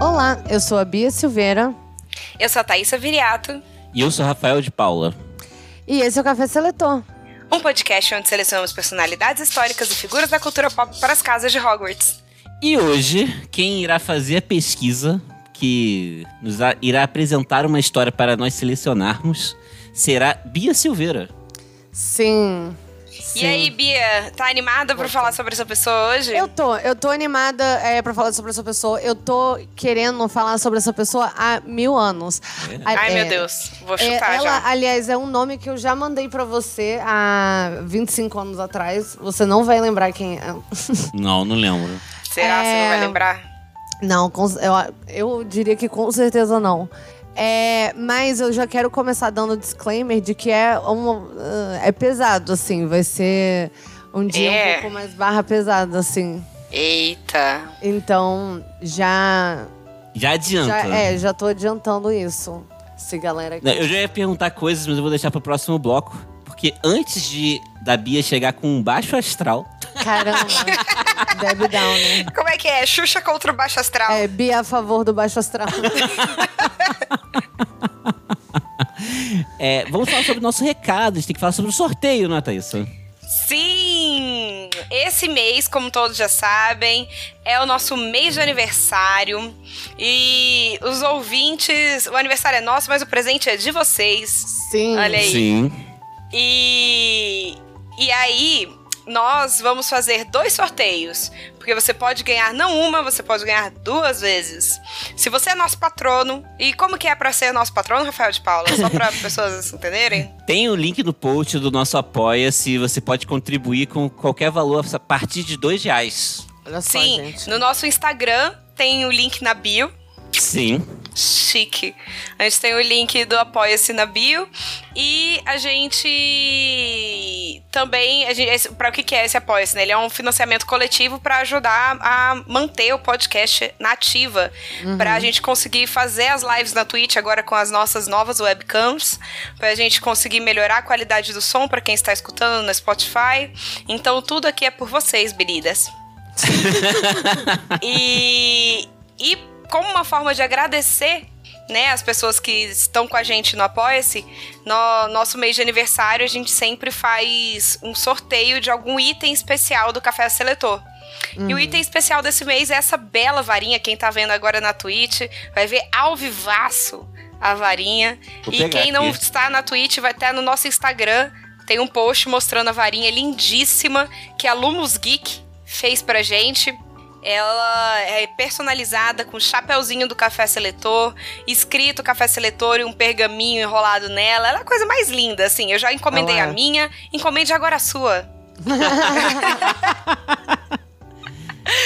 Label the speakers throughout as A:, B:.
A: olá, eu sou a Bia Silveira
B: Eu sou a Thaisa Viriato,
C: E eu sou Rafael de Paula.
A: e esse é o Café Seletor.
B: um podcast onde selecionamos personalidades históricas e figuras da cultura pop para as casas de Hogwarts.
C: E hoje, quem irá fazer a pesquisa que nos a- irá apresentar uma história para nós selecionarmos será Bia Silveira.
A: Sim.
B: E aí, Bia, tá animada pra falar sobre essa pessoa hoje?
A: Eu tô, eu tô animada é, pra falar sobre essa pessoa. Eu tô querendo falar sobre essa pessoa há mil anos.
B: Ai,
A: É,
B: meu Deus, vou
A: é,
B: chutar
A: ela,
B: já.
A: aliás, é um nome que eu já mandei pra você há 25 anos atrás. Você não vai lembrar quem é.
C: Não, não lembro.
B: Será que você não vai
A: é-
B: lembrar?
A: Não, com- eu, eu diria que com certeza não. É, mas eu já quero começar dando disclaimer de que é, um, ah, é pesado, assim. Vai ser um dia
B: É.
A: um pouco mais barra pesada, assim.
B: Eita.
A: Então, já
C: Já adianta. Né?
A: Já, é, já tô adiantando isso. Se galera.
C: Não, Eu já ia perguntar coisas, mas eu vou deixar pro próximo bloco. Porque antes de da Bia chegar com um baixo astral,
A: Caramba. Debbie Downer.
B: Como é que é? Xuxa contra o Baixo Astral.
A: É, Bia a favor do baixo astral.
C: é, vamos falar sobre o nosso recado. A gente tem que falar sobre o sorteio, não é, Thaísa?
B: Sim! Esse mês, como todos já sabem, é o nosso mês de aniversário. E os ouvintes, o aniversário é nosso, mas o presente é de vocês.
A: Sim.
B: Olha aí.
C: Sim.
B: E, e aí, nós vamos fazer dois sorteios. Porque você pode ganhar não uma, você pode ganhar duas vezes. Se você é nosso patrono, e como que é pra ser nosso patrono, Rafael de Paula? Só pra pessoas entenderem?
C: Tem o link no post do nosso Apoia-se. Você pode contribuir com qualquer valor a partir de dois reais.
A: Olha só,
B: Sim,
A: gente.
B: no nosso Instagram tem o link na bio.
C: Sim.
B: Chique. A gente tem o link do Apoia-se na bio. E a gente também. A gente, esse- pra o que, que é esse Apoia-se? Né? Ele é um financiamento coletivo para ajudar a manter o podcast na ativa. Pra gente conseguir fazer as lives na Twitch agora com as nossas novas webcams. Pra gente conseguir melhorar a qualidade do som pra quem está escutando no Spotify. Então tudo aqui é por vocês, meninas. E, e como uma forma de agradecer né, as pessoas que estão com a gente no Apoia-se, no nosso mês de aniversário a gente sempre faz um sorteio de algum item especial do Café Seletor. E o item especial desse mês é essa bela varinha. Quem tá vendo agora na Twitch vai ver ao vivaço a varinha.
C: Vou
B: e
C: pegar
B: quem não
C: aqui.
B: está na Twitch vai estar no nosso Instagram. Tem um post mostrando a varinha lindíssima que a Lumos Geek fez pra gente. Ela é personalizada com o chapéuzinho do café seletor, escrito café seletor e um pergaminho enrolado nela. Ela é a coisa mais linda, assim. Eu já encomendei
A: Ela é.
B: a minha, encomende agora a sua.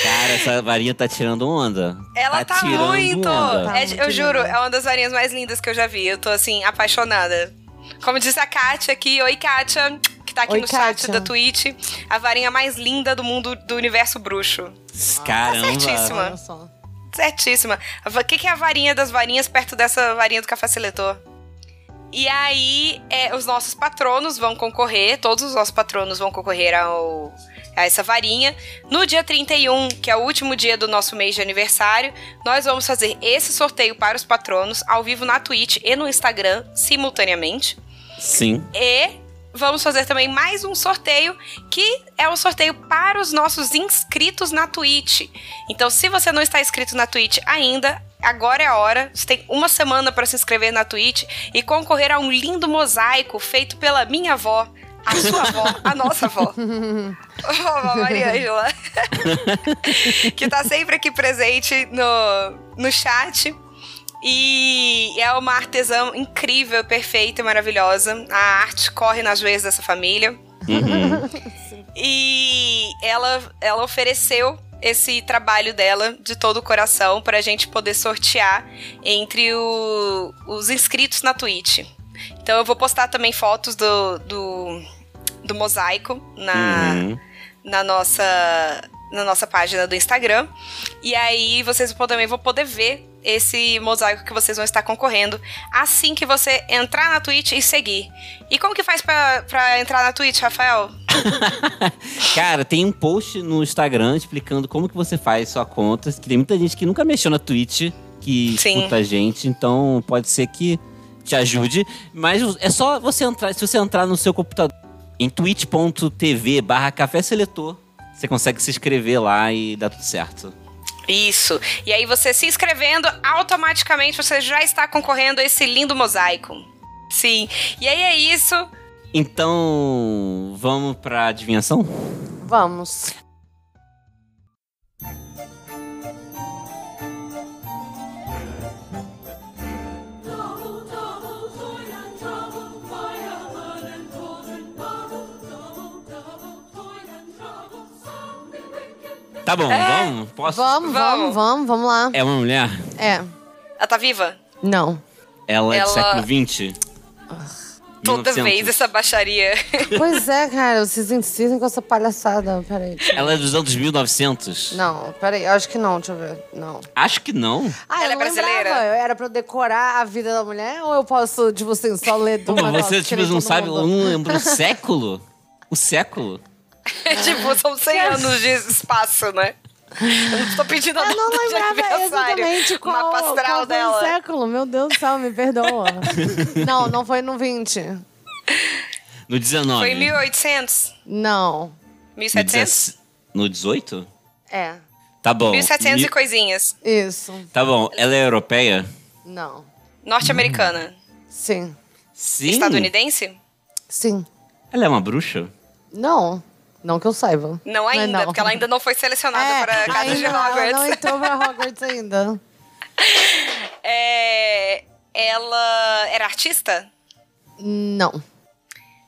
C: Cara, essa varinha tá tirando onda.
B: Ela tá,
C: tirando
B: muito!
C: onda.
B: É,
A: Tá muito
B: eu juro,
A: linda.
B: é uma das varinhas mais lindas que eu já vi. Eu tô, assim, apaixonada. Como disse a Kátia aqui, oi Kátia, que tá aqui
A: Oi,
B: no chat
A: Kátia.
B: da Twitch, a varinha mais linda do mundo do universo bruxo.
C: Caramba.
B: Tá certíssima.
A: Olha só.
B: Certíssima. O que, que é a varinha das varinhas perto dessa varinha do café seletor? E aí, é, os nossos patronos vão concorrer, todos os nossos patronos vão concorrer ao, a essa varinha. No dia 31, que é o último dia do nosso mês de aniversário, nós vamos fazer esse sorteio para os patronos, ao vivo na Twitch e no Instagram, simultaneamente.
C: Sim.
B: E vamos fazer também mais um sorteio, que é o um sorteio para os nossos inscritos na Twitch. Então, se você não está inscrito na Twitch ainda, agora é a hora. Você tem uma semana para se inscrever na Twitch e concorrer a um lindo mosaico feito pela minha avó, a sua avó, a nossa avó. Vovó Maria Ângela. que tá sempre aqui presente no, no chat. E é uma artesã incrível, perfeita e maravilhosa. A arte corre nas veias dessa família.
C: Uhum.
B: E ela, ela ofereceu esse trabalho dela de todo o coração para a gente poder sortear entre o- os inscritos na Twitch. Então eu vou postar também fotos do, do, do mosaico na,
C: Uhum.
B: na nossa na nossa página do Instagram. E aí vocês vão- também vão poder ver esse mosaico que vocês vão estar concorrendo assim que você entrar na Twitch e seguir. E como que faz pra pra entrar na Twitch, Rafael?
C: Cara, tem um post no Instagram explicando como que você faz sua conta. Que tem muita gente que nunca mexeu na Twitch, que
B: Sim.
C: escuta a gente. Então, pode ser que te ajude. Mas é só você entrar... Se você entrar no seu computador em twitch.tv barra café seletor, você consegue se inscrever lá e dá tudo certo.
B: Isso. E aí você se inscrevendo, automaticamente você já está concorrendo a esse lindo mosaico. Sim. E aí é isso.
C: Então, vamos pra adivinhação?
A: Vamos.
C: Tá bom,
B: É.
C: vamos? Posso?
A: Vamos, vamos,
B: Vamos.
A: vamos, vamos lá.
C: É uma mulher?
A: É.
B: Ela tá viva?
A: Não.
C: Ela, é do
B: Ela-
C: século XX?
B: Toda
C: 1900.
B: vez essa baixaria.
A: Pois é, cara, vocês insistem com essa palhaçada. Peraí. deixa eu-
C: Ela é dos anos 1900?
A: Não, peraí, eu acho que não, deixa eu ver. Não.
C: Acho que não.
A: Ah,
B: Ela
A: eu
B: é brasileira?
A: lembrava, eu era pra eu decorar a vida da mulher ou eu posso, tipo assim, só ler do
C: Pô,
A: negócio
C: você
A: que
C: tipo,
A: nem
C: não
A: todo
C: sabe
A: mundo?
C: um, lembra o século? O século?
B: tipo, são 100 anos de espaço, né? Eu não tô pedindo
A: Eu não
B: nada de
A: lembrava
B: aniversário.
A: exatamente
B: o
A: qual,
B: mapa
A: qual
B: astral
A: foi o
B: dela.
A: século. Meu Deus do céu, me perdoa. não, não foi no 20.
C: No 19?
B: Foi em 1800?
A: Não.
C: No
B: 1700?
C: 17 No 18?
A: É.
C: Tá bom.
B: 1700 e
C: Mi-
B: coisinhas.
A: Isso.
C: Tá bom. Ela é europeia?
A: Não.
B: Norte-americana.
A: Sim.
C: Sim.
B: Estadunidense?
A: Sim.
C: Ela é uma bruxa?
A: Não. Não que eu saiba.
B: Não ainda,
A: Mas não.
B: porque ela ainda não foi selecionada
A: É,
B: para a casa
A: ainda
B: de
A: não,
B: Hogwarts.
A: Ela não entrou pra Hogwarts ainda.
B: É, ela era artista?
A: Não.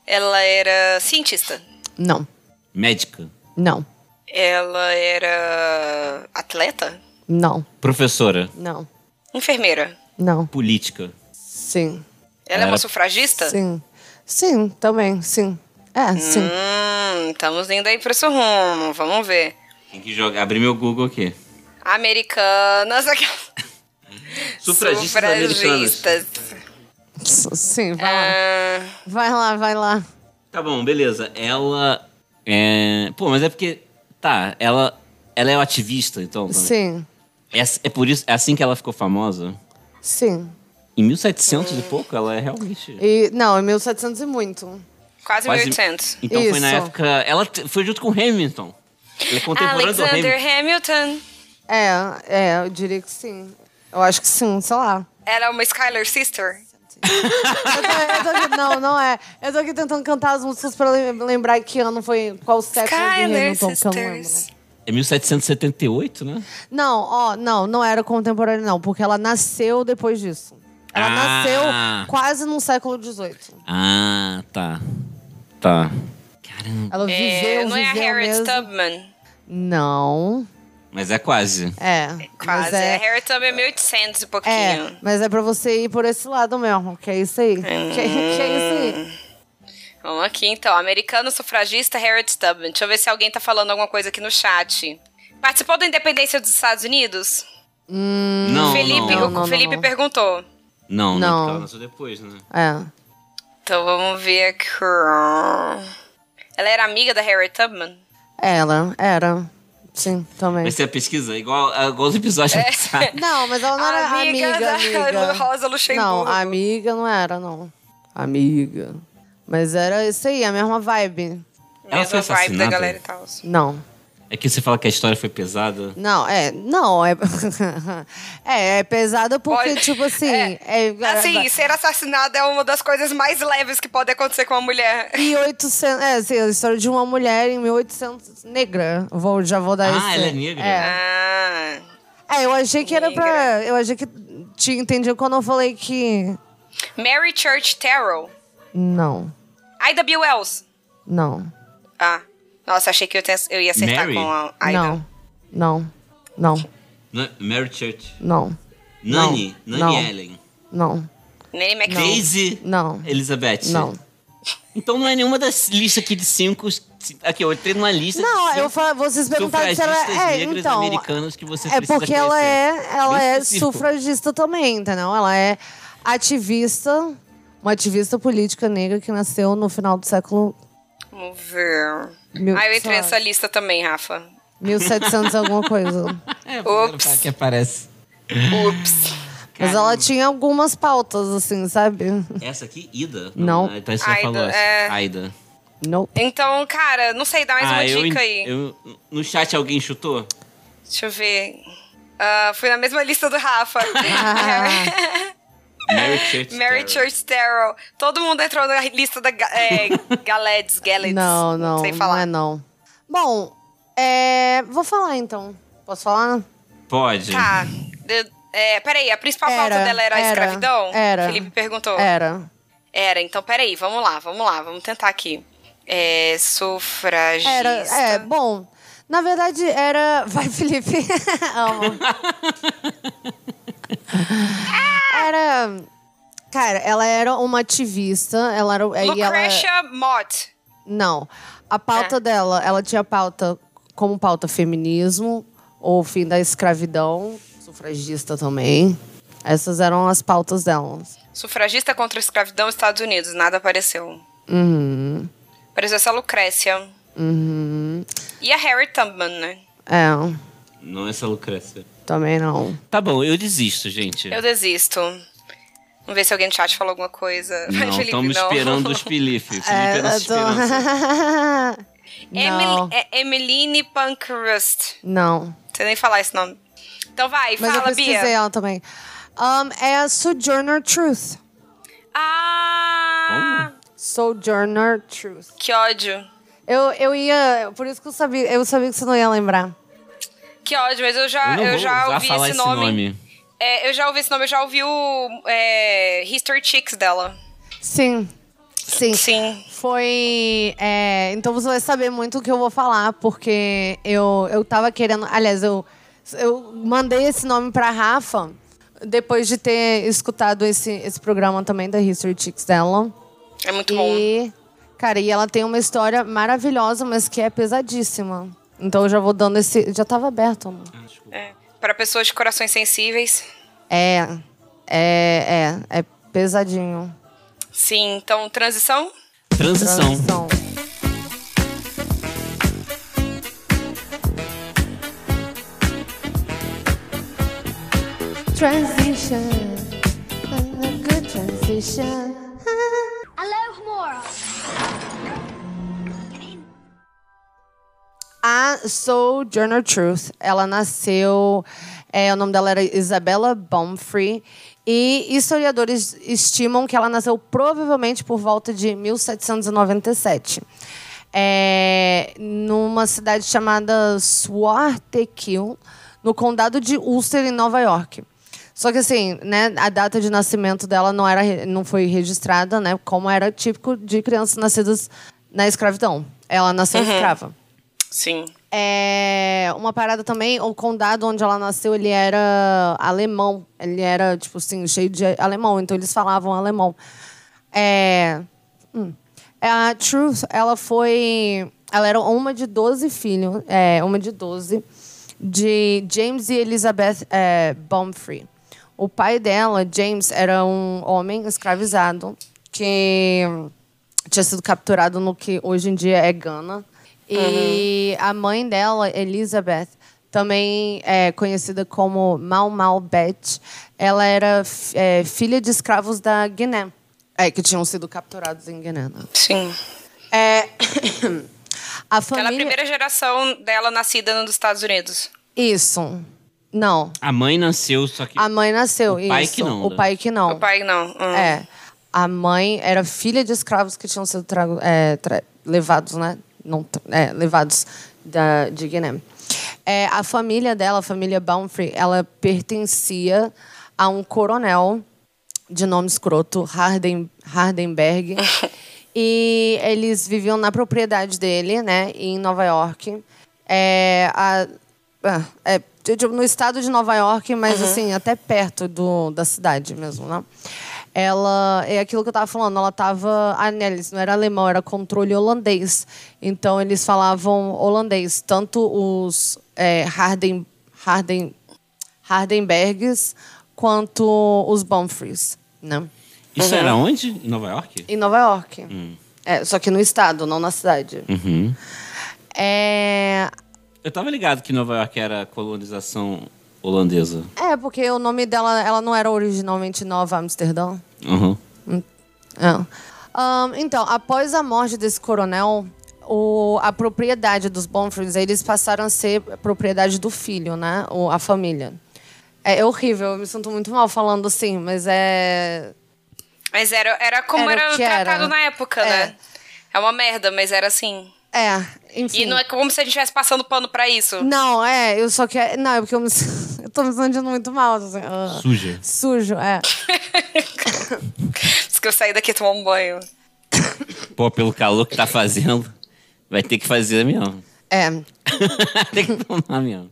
B: Ela era cientista?
A: Não.
C: Médica?
A: Não.
B: Ela era atleta?
A: Não.
C: Professora?
A: Não.
B: Enfermeira?
A: Não.
C: Política?
A: Sim.
B: Ela é
C: Era-
B: uma sufragista?
A: Sim. Sim, também. Sim. É, sim.
B: Hum, estamos indo aí para esse rumo, vamos ver.
C: Tem que jogar, abrir meu Google aqui.
B: Americanas...
C: Sufragistas americanas.
A: S- Sim, vai lá.
B: Ah,
A: Vai lá, vai lá.
C: Tá bom, beleza. Ela é... Pô, mas é porque... Tá, ela... Ela é uma ativista, então. também.
A: Sim.
C: É, é por isso... É assim que ela ficou famosa?
A: Sim.
C: Em 1700 e pouco, ela é realmente...
A: E, não, é 1700 e muito.
B: quase
C: Quase-
B: 1800.
C: Então foi na
A: Isso.
C: época. Ela t- foi junto com o Hamilton. Ele é contemporâneo do
B: Alexander
C: Hamilton.
B: Hamilton.
A: É, é, eu diria que sim. Eu acho que sim, sei lá.
B: Ela é uma Skylar Sister?
A: Eu tô- eu tô aqui- não, não é. Eu tô aqui tentando cantar as músicas pra lem- lembrar que ano foi, qual século É do
B: Skylar
A: Hamilton, que eu não lembro.
B: Sisters.
C: É 1778, né?
A: Não, ó, não, não era contemporâneo não, porque ela nasceu depois disso. Ela
C: Ah.
A: nasceu quase no século XVIII.
C: Ah, tá. Tá. Caramba.
A: Ela
B: É,
A: viveu,
B: não é a
A: viveu
B: Harriet
A: mesmo.
B: Tubman?
A: Não,
C: Mas é quase.
A: é. Mas
B: Quase. A
A: é,
B: Harriet Tubman é 1800 e
A: é,
B: pouquinho.
A: mas é pra você ir por esse lado mesmo, que é isso aí.
B: Hum.
A: Que, que é isso aí.
B: Vamos aqui então. Americano sufragista Harriet Tubman. Deixa eu ver se alguém tá falando alguma coisa aqui no chat. Participou da independência dos Estados Unidos?
C: não,
B: Hum, Felipe,
C: não.
B: o
A: não,
B: Felipe
A: não.
B: perguntou.
C: Não, não.
A: Não.
C: porque Ela nasceu depois, né?
A: É.
B: Então vamos ver aqui. Ela era amiga da Harriet Tubman?
A: Ela era. Sim, também.
C: Vai ser a pesquisa, igual, igual os episódios
B: É.
C: passados.
A: Não, mas ela não era amiga.
B: Ah, Amiga da
A: amiga.
B: Rosa Luxemburgo.
A: Não, amiga não era, não. Amiga. Mas era isso aí, a mesma vibe.
C: Ela foi
B: Mesma vibe da
C: assassinada?
B: galera e tal.
A: Não.
C: É que você fala que a história foi pesada.
A: Não, é. Não, é. é, é pesado porque,
B: Pode-
A: tipo assim.
B: é.
A: É,
B: Assim, ser assassinado é uma das coisas mais leves que pode acontecer com uma mulher.
A: 1800. É, assim, a história de uma mulher em 1800. Negra. Vou, já vou dar
C: Ah,
A: esse.
C: ela é negra?
A: É.
B: Ah.
A: É, eu achei que era
B: Negra.
A: pra. Eu achei que te entendi quando eu falei que.
B: Mary Church Terrell.
A: Não,
B: Ida B. Wells.
A: não,
B: Ah. Nossa, achei que eu, tenha- eu ia acertar
C: Mary?
B: com a Ida.
A: não, não, não,
C: Na- Mary Church.
A: não,
C: Nani.
A: Não.
C: Nani
A: Não.
C: Ellen.
A: não,
B: Nanny McPhee.
C: Daisy.
A: não,
C: Elizabeth.
A: não.
C: Então não é nenhuma das listas aqui de cinco. Aqui, eu entrei numa lista de
A: Não,
C: cinco
A: eu falo, vocês perguntaram se ela
C: assim, sufragistas
A: é.
C: negras
A: Então,
C: americanas que você
A: é
C: precisa
A: porque ela
C: conhecer.
A: é, ela
C: Bem
A: é
C: específico.
A: sufragista também, entendeu? Ela é ativista, uma ativista política negra que nasceu no final do século
B: Vamos ver.
A: Meu
B: ah, eu entrei
A: Deus.
B: nessa lista também, Rafa.
A: 1700 alguma coisa.
C: É, a primeira
B: Ops.
C: fala que aparece.
B: Ups.
A: Mas ela tinha algumas pautas, assim, sabe?
C: Essa aqui, Ida.
A: Não.
C: Então você já
B: Aida,
C: falou essa.
B: é.
C: Aida.
A: Não.
B: Então, cara, não sei, dá mais uma
C: Ah, eu
B: dica
C: en-
B: aí.
C: eu- no chat alguém chutou?
B: Deixa eu ver. Ah, fui na mesma lista do Rafa.
C: Mary Church.
B: Mary
C: Terrell.
B: Church Terrell. Todo mundo entrou na lista da Ga- é, Galedes, Galedes.
A: Não, não,
B: Sem
A: não
B: falar.
A: é não. Bom, é, vou falar então. Posso falar?
C: Pode.
B: Tá. De- é, peraí, a principal pauta
A: Era,
B: dela era, a
A: era,
B: escravidão?
A: era.
B: Felipe perguntou.
A: Era.
B: Era, então peraí, vamos lá, vamos lá, vamos tentar aqui. É, sufragista.
A: Era, é, bom. Na verdade, era. Vai, Felipe. Amo. era. Cara, ela era uma ativista. Ela era. e ela-
B: Lucretia Mott.
A: Não. A pauta dela, ela tinha pauta como pauta feminismo, ou fim da escravidão, sufragista também. Essas eram as pautas delas.
B: Sufragista contra a escravidão nos Estados Unidos. Nada apareceu.
A: Uhum.
B: Apareceu essa Lucrécia.
A: Uhum.
B: E a Harriet Tubman, né?
A: É,
C: Não essa Lucrécia.
A: também não.
C: Tá bom, eu desisto, gente.
B: Eu desisto. Vamos ver se alguém no chat falou alguma coisa. Vai,
C: Não,
B: Felipe,
C: estamos
B: não.
C: esperando os Felipe. Felipe
A: É,
C: é, nossa
A: eu tô-
C: esperança.
A: não.
B: Emily, é Emeline Pankrust.
A: não.
B: Não sei nem falar esse nome. Então vai,
A: Mas
B: fala,
A: eu pesquisei
B: Bia.
A: ela também. Um, é a Sojourner Truth.
B: Ah!
C: Oh.
A: Sojourner Truth.
B: Que ódio.
A: Eu, eu ia. Por isso que eu sabia. Eu sabia que você não ia lembrar.
B: Que ódio, mas eu já,
C: Eu não
B: eu,
C: vou
B: já
C: usar
B: ouvi
C: falar
B: esse nome.
C: nome.
B: É, eu já ouvi esse nome, eu já ouvi o é, History Chicks dela.
A: Sim. Sim.
B: Sim.
A: Foi. é, então você vai saber muito o que eu vou falar, porque eu, eu tava querendo. Aliás, eu, eu mandei esse nome pra Rafa depois de ter escutado esse, esse programa também da History Chicks dela.
B: É muito bom.
A: E. Cara, e ela tem uma história maravilhosa, mas que é pesadíssima. Então eu já vou dando esse. Já tava aberto, amor.
B: É. Para pessoas de corações sensíveis.
A: É. É, é. É pesadinho.
B: Sim, então transição.
C: Transição.
A: Transição. Transition. A good transition. A Sojourner Truth, ela nasceu, é, o nome dela era Isabella Bomfrey, e historiadores estimam que ela nasceu provavelmente por volta de 1797, é, numa cidade chamada Swartekill, no condado de Ulster, em Nova York. Só que assim, né, a data de nascimento dela não, era, re- não foi registrada, né, como era típico de crianças nascidas na escravidão. Ela nasceu escrava.
B: Sim.
A: É, uma parada também, o condado onde ela nasceu, ele era alemão. Ele era, tipo assim, cheio de alemão. Então, eles falavam alemão. É, hum. A Truth, ela foi... Ela era uma de 12 filhos. É, uma de 12. De James e Elizabeth é, Bomfrey. O pai dela, James, era um homem escravizado que tinha sido capturado no que hoje em dia é Gana. E
B: Uhum.
A: a mãe dela, Elizabeth, também é conhecida como Mau Mau Bet, ela era fi- é, filha de escravos da Guiné. É, que tinham sido capturados em Guiana.
B: Sim.
A: É, a família...
B: Aquela primeira geração dela nascida nos Estados Unidos.
A: Isso. Não.
C: A mãe nasceu, só que.
A: A mãe nasceu,
C: O pai
A: isso.
C: que não,
A: O
C: né?
A: pai que não.
B: O pai não. Hum.
A: É. A mãe era filha de escravos que tinham sido trago- é, tra- levados, né? Não, tra- é, levados da, de Guiné. É, a família dela, a família Bounfrey, ela pertencia a um coronel de nome escroto, Harden, Hardenberg. e eles viviam na propriedade dele, né? Em Nova York. É, a- ah, é, tipo, no estado de Nova York, mas assim, até perto do, da cidade mesmo, né? Ela. É aquilo que eu tava falando, ela tava. A Nellis não era alemão, era controle holandês. Então eles falavam holandês. Tanto os é, Harden. Harden. Hardenbergs quanto os Bonfries, né?
C: Isso era onde? Em Nova York?
A: Em Nova York. É, só que no estado, não na cidade.
C: Uhum.
A: É,
C: Eu tava ligado que Nova York era colonização holandesa.
A: é, porque o nome dela, ela não era originalmente Nova Amsterdã.
C: Uhum.
A: É. Ahn, então, após a morte desse coronel, o- a propriedade dos Bonfries, eles passaram a ser propriedade do filho, né? O, a família. É, é horrível, eu me sinto muito mal falando assim, mas é.
B: Mas era, era como
A: Era
B: era,
A: o que era.
B: tratado na época, né? É uma merda, mas era assim.
A: É, enfim.
B: E não é como se a gente estivesse passando pano pra isso.
A: Não, é, eu só quero. Não, é porque eu, me... eu tô me sentindo muito mal. assim, ah.
C: Suja.
A: Sujo, é.
B: Diz que eu saí daqui tomar um banho.
C: Pô, pelo calor que tá fazendo, vai ter que fazer mesmo.
A: É.
C: Tem que tomar mesmo.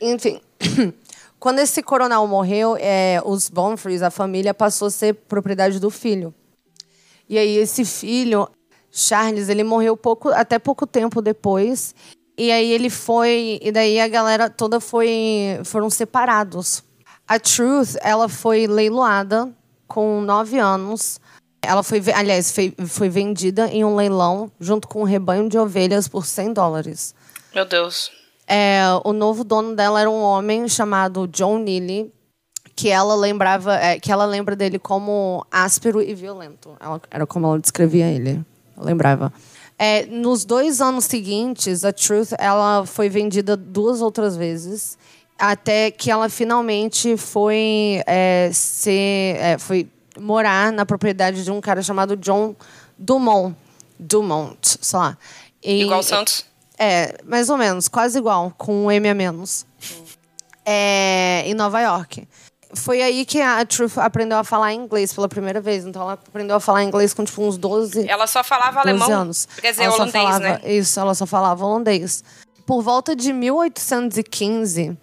A: Enfim. Quando esse coronel morreu, é, os Bonfries, a família, passou a ser propriedade do filho. E aí esse filho, Charles, ele morreu pouco, até pouco tempo depois. E aí ele foi, e daí a galera toda foi, foram separados. A Truth, ela foi leiloada com nove anos. Ela foi, ve- aliás, foi, foi vendida em um leilão junto com um rebanho de ovelhas por 100 dólares.
B: Meu Deus.
A: É, o novo dono dela era um homem chamado John Neely, que ela lembrava, é, que ela lembra dele como áspero e violento. Ela- era como ela descrevia ele. Ela lembrava. É, nos dois anos seguintes, a Truth ela foi vendida duas outras vezes, até que ela finalmente foi é, ser, é, foi morar na propriedade de um cara chamado John Dumont, Dumont, sei lá. E-
B: Igual o Santos.
A: é, mais ou menos, quase igual, com um M a menos. É, em Nova York. Foi aí que a Truth aprendeu a falar inglês pela primeira vez. Então ela aprendeu a falar inglês com tipo uns 12
B: Ela só falava
A: 12
B: alemão.
A: anos.
B: Quer dizer,
A: Ela só
B: holandês,
A: falava-
B: né?
A: Isso, ela só falava holandês. Por volta de 1815,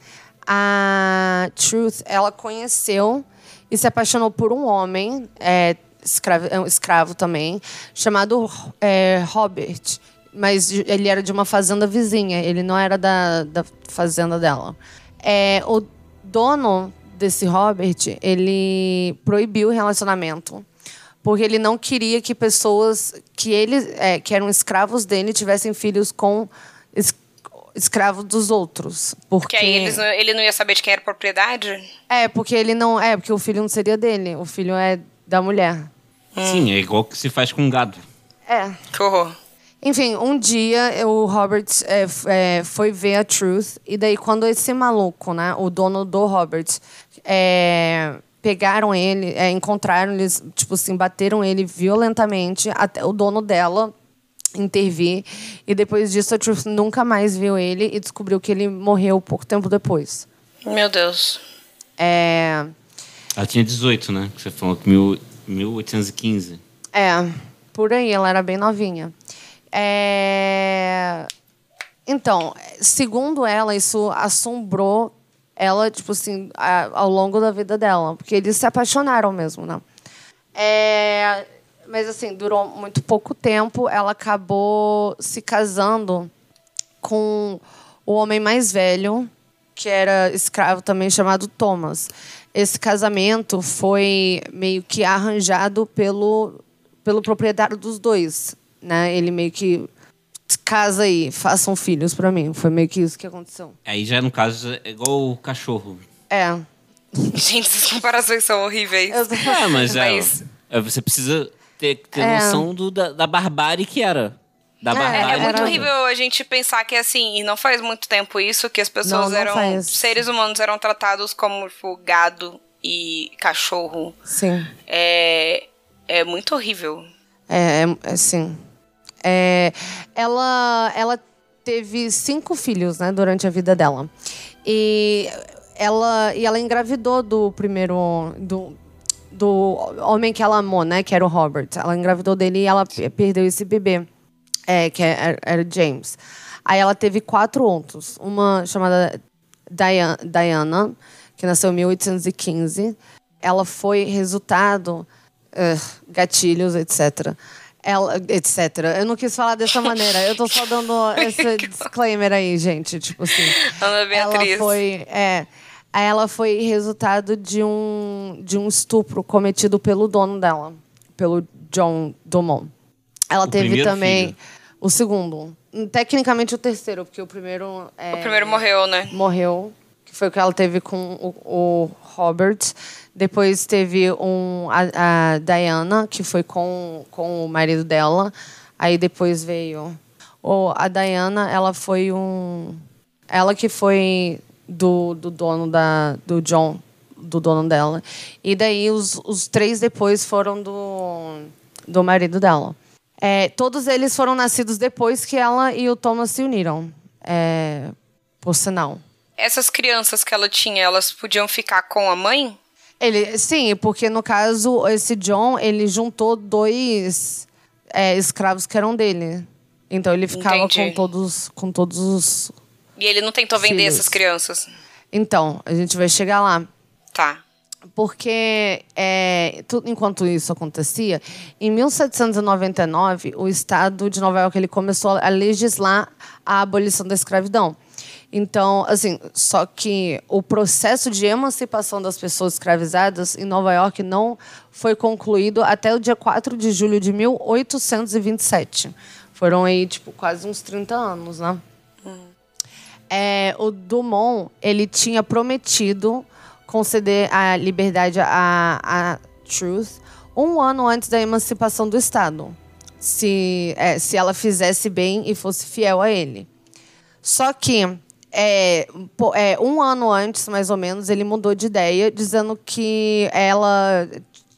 A: a Truth, ela conheceu e se apaixonou por um homem, é, escravo, é um escravo também, chamado é, Robert. Mas de- ele era de uma fazenda vizinha, ele não era da, da fazenda dela. É, o dono desse Robert, ele proibiu o relacionamento porque ele não queria que pessoas que ele é, que eram escravos dele tivessem filhos com es- escravos dos outros, porque
B: Porque aí eles não- ele não ia saber de quem era a propriedade.
A: é porque ele não é porque o filho não seria dele, o filho é da mulher.
C: Sim, é igual que se faz com gado.
A: É.
B: Que horror.
A: Enfim, um dia o Robert é, f- é, foi ver a Truth, e daí quando esse maluco, né, o dono do Robert, é, pegaram ele, é, encontraram eles, tipo assim, bateram ele violentamente até o dono dela intervir. E depois disso a Truth nunca mais viu ele e descobriu que ele morreu pouco tempo depois.
B: Meu Deus.
A: É,
C: Ela tinha 18, né? Que você falou que mil, 1815.
A: É, por aí, ela era bem novinha. É... Então, segundo ela, isso assombrou ela, tipo assim, a- ao longo da vida dela. Porque eles se apaixonaram mesmo, né? É... Mas, assim, durou muito pouco tempo. Ela acabou se casando com o homem mais velho, que era escravo também, chamado Thomas. Esse casamento foi meio que arranjado pelo, pelo proprietário dos dois. Né? Ele meio que casa aí, façam filhos pra mim. Foi meio que isso que aconteceu.
C: Aí já, no caso, é igual o cachorro.
A: É.
B: Gente, essas comparações são horríveis.
A: Eu tô-
C: É, mas é,
B: Mas-
C: é É, Você precisa ter, ter
A: É.
C: noção do, da, da barbárie que era. Da
B: É,
C: barbárie.
B: é muito
A: Era-
B: horrível a gente pensar que assim, e não faz muito tempo isso, que as pessoas
A: Não, não
B: eram.
A: faz.
B: Seres humanos eram tratados como tipo, gado e cachorro.
A: Sim.
B: É, é muito horrível.
A: É, é, é, sim. É, ela, ela teve cinco filhos, né, durante a vida dela. E ela, e ela engravidou do primeiro, do, do homem que ela amou, né, que era o Robert. Ela engravidou dele e ela pe- perdeu esse bebê, é, que era, era o James. Aí ela teve quatro outros. Uma chamada Dian- Diana, que nasceu em 1815. Ela foi resultado Ugh, gatilhos, etc. Ela, etc. Eu não quis falar dessa maneira. Eu tô só dando esse disclaimer aí, gente. Tipo assim.
B: Ana Beatriz.
A: Ela foi. É, ela foi resultado de um, de um estupro cometido pelo dono dela, pelo John Dumont. Ela
C: O
A: teve
C: primeiro
A: também
C: filho.
A: o segundo. Tecnicamente o terceiro, porque o primeiro. é,
B: O primeiro morreu, né?
A: morreu, que foi o que ela teve com o, o Robert. Depois teve um, a, a Diana, que foi com, com o marido dela. Aí depois veio. O, a Diana, ela foi um. Ela que foi do, do dono da. do John, do dono dela. E daí os, os três depois foram do, do marido dela. É, todos eles foram nascidos depois que ela e o Thomas se uniram. É, por sinal.
B: Essas crianças que ela tinha, elas podiam ficar com a mãe?
A: Ele, sim, porque no caso, esse John, ele juntou dois é, escravos que eram dele. Então ele ficava
B: Entendi.
A: com todos, com todos os.
B: E ele não tentou vender
A: Filhos.
B: essas crianças.
A: Então, a gente vai chegar lá.
B: Tá.
A: Porque é, tu- enquanto isso acontecia, em 1799, o estado de Nova York ele começou a legislar a abolição da escravidão. Então, assim, só que o processo de emancipação das pessoas escravizadas em Nova York não foi concluído até o dia 4 de julho de 1827. Foram aí, tipo, quase uns 30 anos, né? é, o Dumont ele tinha prometido conceder a liberdade à à Truth um ano antes da emancipação do Estado, se, é, se ela fizesse bem e fosse fiel a ele. Só que é, pô, é, um ano antes, mais ou menos, ele mudou de ideia, dizendo que ela.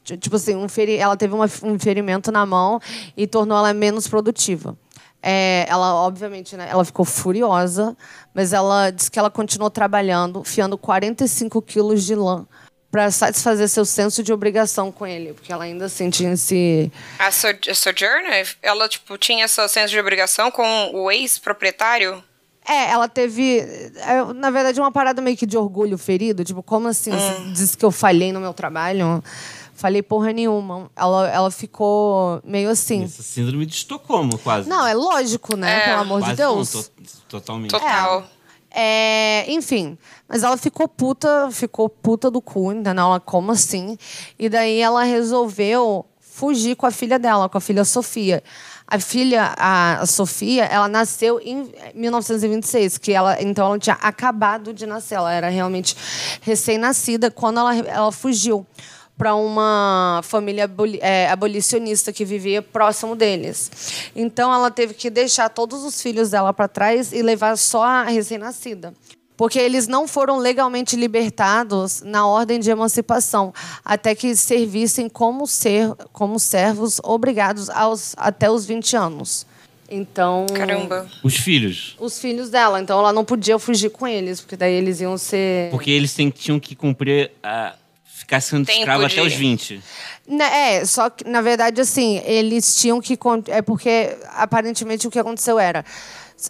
A: t- Tipo assim, um feri ela teve uma- um ferimento na mão e tornou ela menos produtiva. É, ela, obviamente, né, ela ficou furiosa, mas ela disse que ela continuou trabalhando, fiando 45 quilos de lã para satisfazer seu senso de obrigação com ele, porque ela ainda sentia esse.
B: A, Soj a Sojourner, ela, tipo, tinha essa senso de obrigação com o ex-proprietário?
A: É, ela teve, é, na verdade, uma parada meio que de orgulho ferido. Tipo, como assim? Você disse que eu falhei no meu trabalho? Falei porra nenhuma. Ela, ela ficou meio assim.
C: Essa síndrome de Estocolmo, quase.
A: Não, é lógico, né?
B: É.
A: Pelo amor
C: Quase
A: de Deus.
C: não, to- totalmente.
B: Total.
A: É, enfim, mas ela ficou puta, ficou puta do cu, entendeu? Ela, como assim? E daí ela resolveu fugir com a filha dela, com a filha Sofia. A filha, a Sofia, ela nasceu em 1926, que ela, então ela tinha acabado de nascer, ela era realmente recém-nascida quando ela, ela fugiu para uma família aboli- é, abolicionista que vivia próximo deles. Então ela teve que deixar todos os filhos dela para trás e levar só a recém-nascida. Porque eles não foram legalmente libertados na ordem de emancipação, até que servissem como, ser, como servos obrigados aos, até os 20 anos. Então,
B: Caramba.
C: Os filhos.
A: os filhos dela. Então, ela não podia fugir com eles, porque daí eles iam ser.
C: Porque eles têm- tinham que cumprir a. Ficar sendo
B: Tempo
C: escravo
B: de-
C: até os 20.
A: Né, É, só que, na verdade, assim, eles tinham que. con- É porque, aparentemente, o que aconteceu era.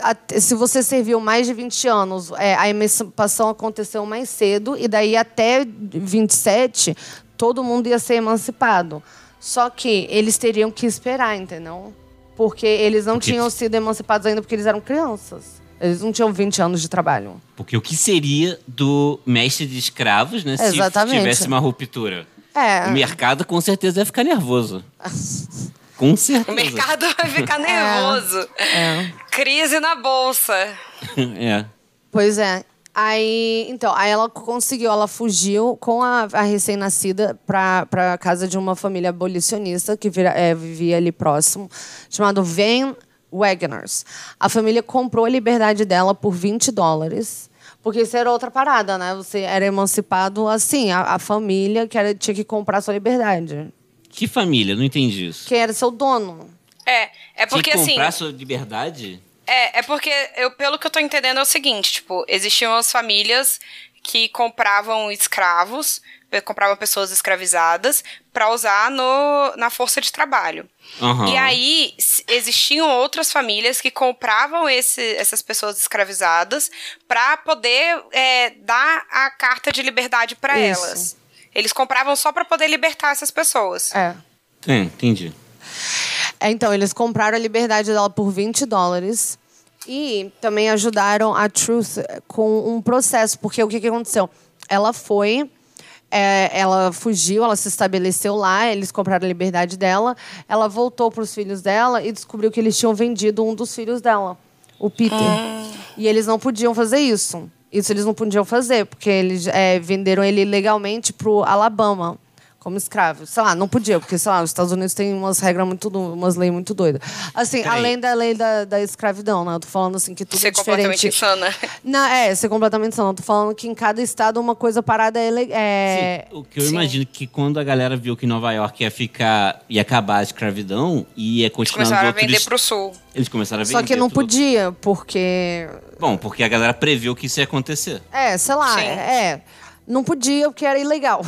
A: a- Se você serviu mais de 20 anos, é, a emancipação aconteceu mais cedo, e daí até 27, todo mundo ia ser emancipado. Só que eles teriam que esperar, entendeu? Porque eles não
C: Porque-
A: tinham sido emancipados ainda porque eles eram crianças. Eles não tinham 20 anos de trabalho.
C: Porque o que seria do mestre de escravos, né?
A: Exatamente.
C: Se tivesse uma ruptura.
A: É.
C: O mercado com certeza ia ficar nervoso. Com certeza.
B: O mercado vai ficar nervoso.
A: É.
B: Crise na bolsa.
C: é.
A: Pois é. Aí, então, aí ela conseguiu, ela fugiu com a, a recém-nascida pra, pra casa de uma família abolicionista que vira- é, vivia ali próximo, chamado Van Wagoners. A família comprou a liberdade dela por 20 dólares. Porque isso era outra parada, né? Você era emancipado assim, a, a família que era, tinha que comprar sua liberdade.
C: Que família? Não entendi isso.
A: Quem era seu dono.
B: É, é porque
C: Tinha que
B: assim.
C: comprar sua liberdade?
B: É, é porque, eu, pelo que eu tô entendendo, é o seguinte, tipo, existiam as famílias que compravam escravos, pe- compravam pessoas escravizadas pra usar no, na força de trabalho.
C: Aham.
B: E aí s- existiam outras famílias que compravam esse- essas pessoas escravizadas pra poder é, dar a carta de liberdade pra
A: Isso.
B: elas. Eles compravam só pra poder libertar essas pessoas.
A: É.
C: É, entendi.
A: É, Então, eles compraram a liberdade dela por 20 dólares e também ajudaram a Truth com um processo, porque o que, que aconteceu? Ela foi, é, ela fugiu, ela se estabeleceu lá, eles compraram a liberdade dela, ela voltou para os filhos dela e descobriu que eles tinham vendido um dos filhos dela, o Peter. E eles não podiam fazer isso. Isso eles não podiam fazer, porque eles é, venderam ele legalmente pro Alabama como escravo. Sei lá, não podia, porque, sei lá, os Estados Unidos têm umas regras muito do- umas leis muito doidas. Assim,
C: Peraí.
A: além da lei da, da escravidão, né? Eu tô falando assim que tudo
B: Ser
A: é diferente.
B: completamente né? insana.
A: Não, é, ser completamente insano. Eu tô falando que em cada estado uma coisa parada é. le- é...
C: Sim, o que eu imagino que quando a galera viu que Nova York ia ficar. ia acabar a escravidão e ia continuar nos
B: Começaram a
C: outros
B: vender
C: est-
B: pro sul.
C: Eles começaram a vender.
A: Só que não
C: pro-
A: podia, porque
C: Bom, porque a galera previu que isso ia acontecer.
A: É, sei lá,
B: Sim.
A: é. Não podia, porque era ilegal.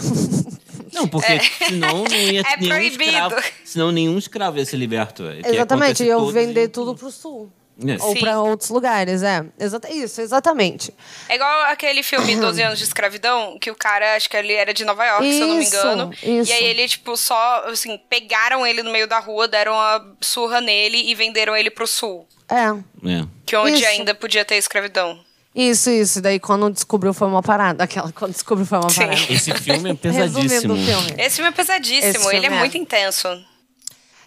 C: Não, porque senão não ia
B: É
C: nenhum
B: proibido.
C: escravo. Senão nenhum escravo ia ser liberto. é, que
A: Exatamente,
C: acontece
A: eu
C: todos
A: vender
C: em-
A: tudo pro sul.
C: É.
A: Ou
B: Sim.
A: para outros lugares, é. Exata isso, exatamente.
B: É igual aquele filme 12 anos de escravidão, que o cara, acho que ele era de Nova York, se eu não me
A: Isso,
B: engano.
A: isso.
B: E aí ele, tipo, só, assim, pegaram ele no meio da rua, deram uma surra nele e venderam ele pro sul.
A: É.
C: É.
B: Que é onde
A: Isso.
B: ainda podia ter escravidão.
A: Isso, isso. Daí quando descobriu foi uma parada. Aquela quando descobriu foi uma
B: Sim.
A: parada.
C: Esse filme é
A: Resumindo
C: pesadíssimo.
A: o filme.
B: Esse filme é pesadíssimo,
A: Esse filme
B: ele é,
A: é.
B: muito intenso.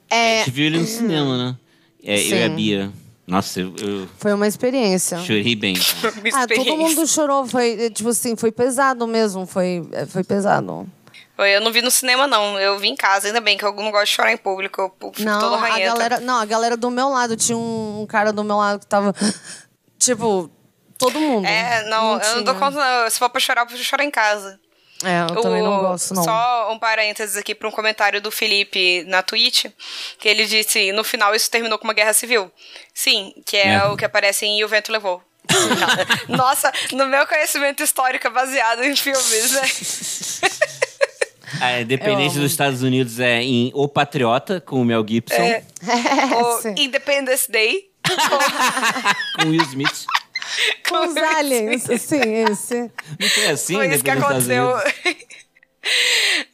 C: A
A: É,
C: gente viu ele no cinema, né? É, eu e a
A: Sim.
C: Bia. Nossa, eu, eu
A: foi uma experiência.
C: chorei bem.
B: Uma
A: Ah, todo
B: experiência.
A: mundo chorou. Foi, eh, tipo assim, foi pesado mesmo. Foi, eh, foi pesado.
B: Eu não vi no cinema, não. Eu vi em casa, ainda bem que eu não gosto de chorar em público. Eu fico
A: Não,
B: Tipo, toda
A: a
B: ranhenta.
A: galera, não, a galera do meu lado tinha um, um cara do meu lado que tava tipo todo mundo.
B: É, não, eu não
A: tinha.
B: dou conta, não. Se for pra chorar, eu prefiro chorar em casa.
A: É, eu também não
B: O-
A: gosto não.
B: Só um parênteses aqui para um comentário do Felipe na Twitch, que ele disse: no final isso terminou com uma guerra civil. Sim, que é,
C: É.
B: o que aparece em E o Vento Levou. Nossa, no meu conhecimento histórico é baseado em filmes, né?
C: É, Dependente
A: amo.
C: dos Estados Unidos é em O Patriota, com o Mel Gibson,
B: É. o
A: É, sim.
B: Independence Day.
C: com o Will Smith.
A: Com os aliens, sim, esse.
C: Não foi assim?
B: Foi isso que
C: Dependente dos
B: aconteceu.
C: Estados Unidos?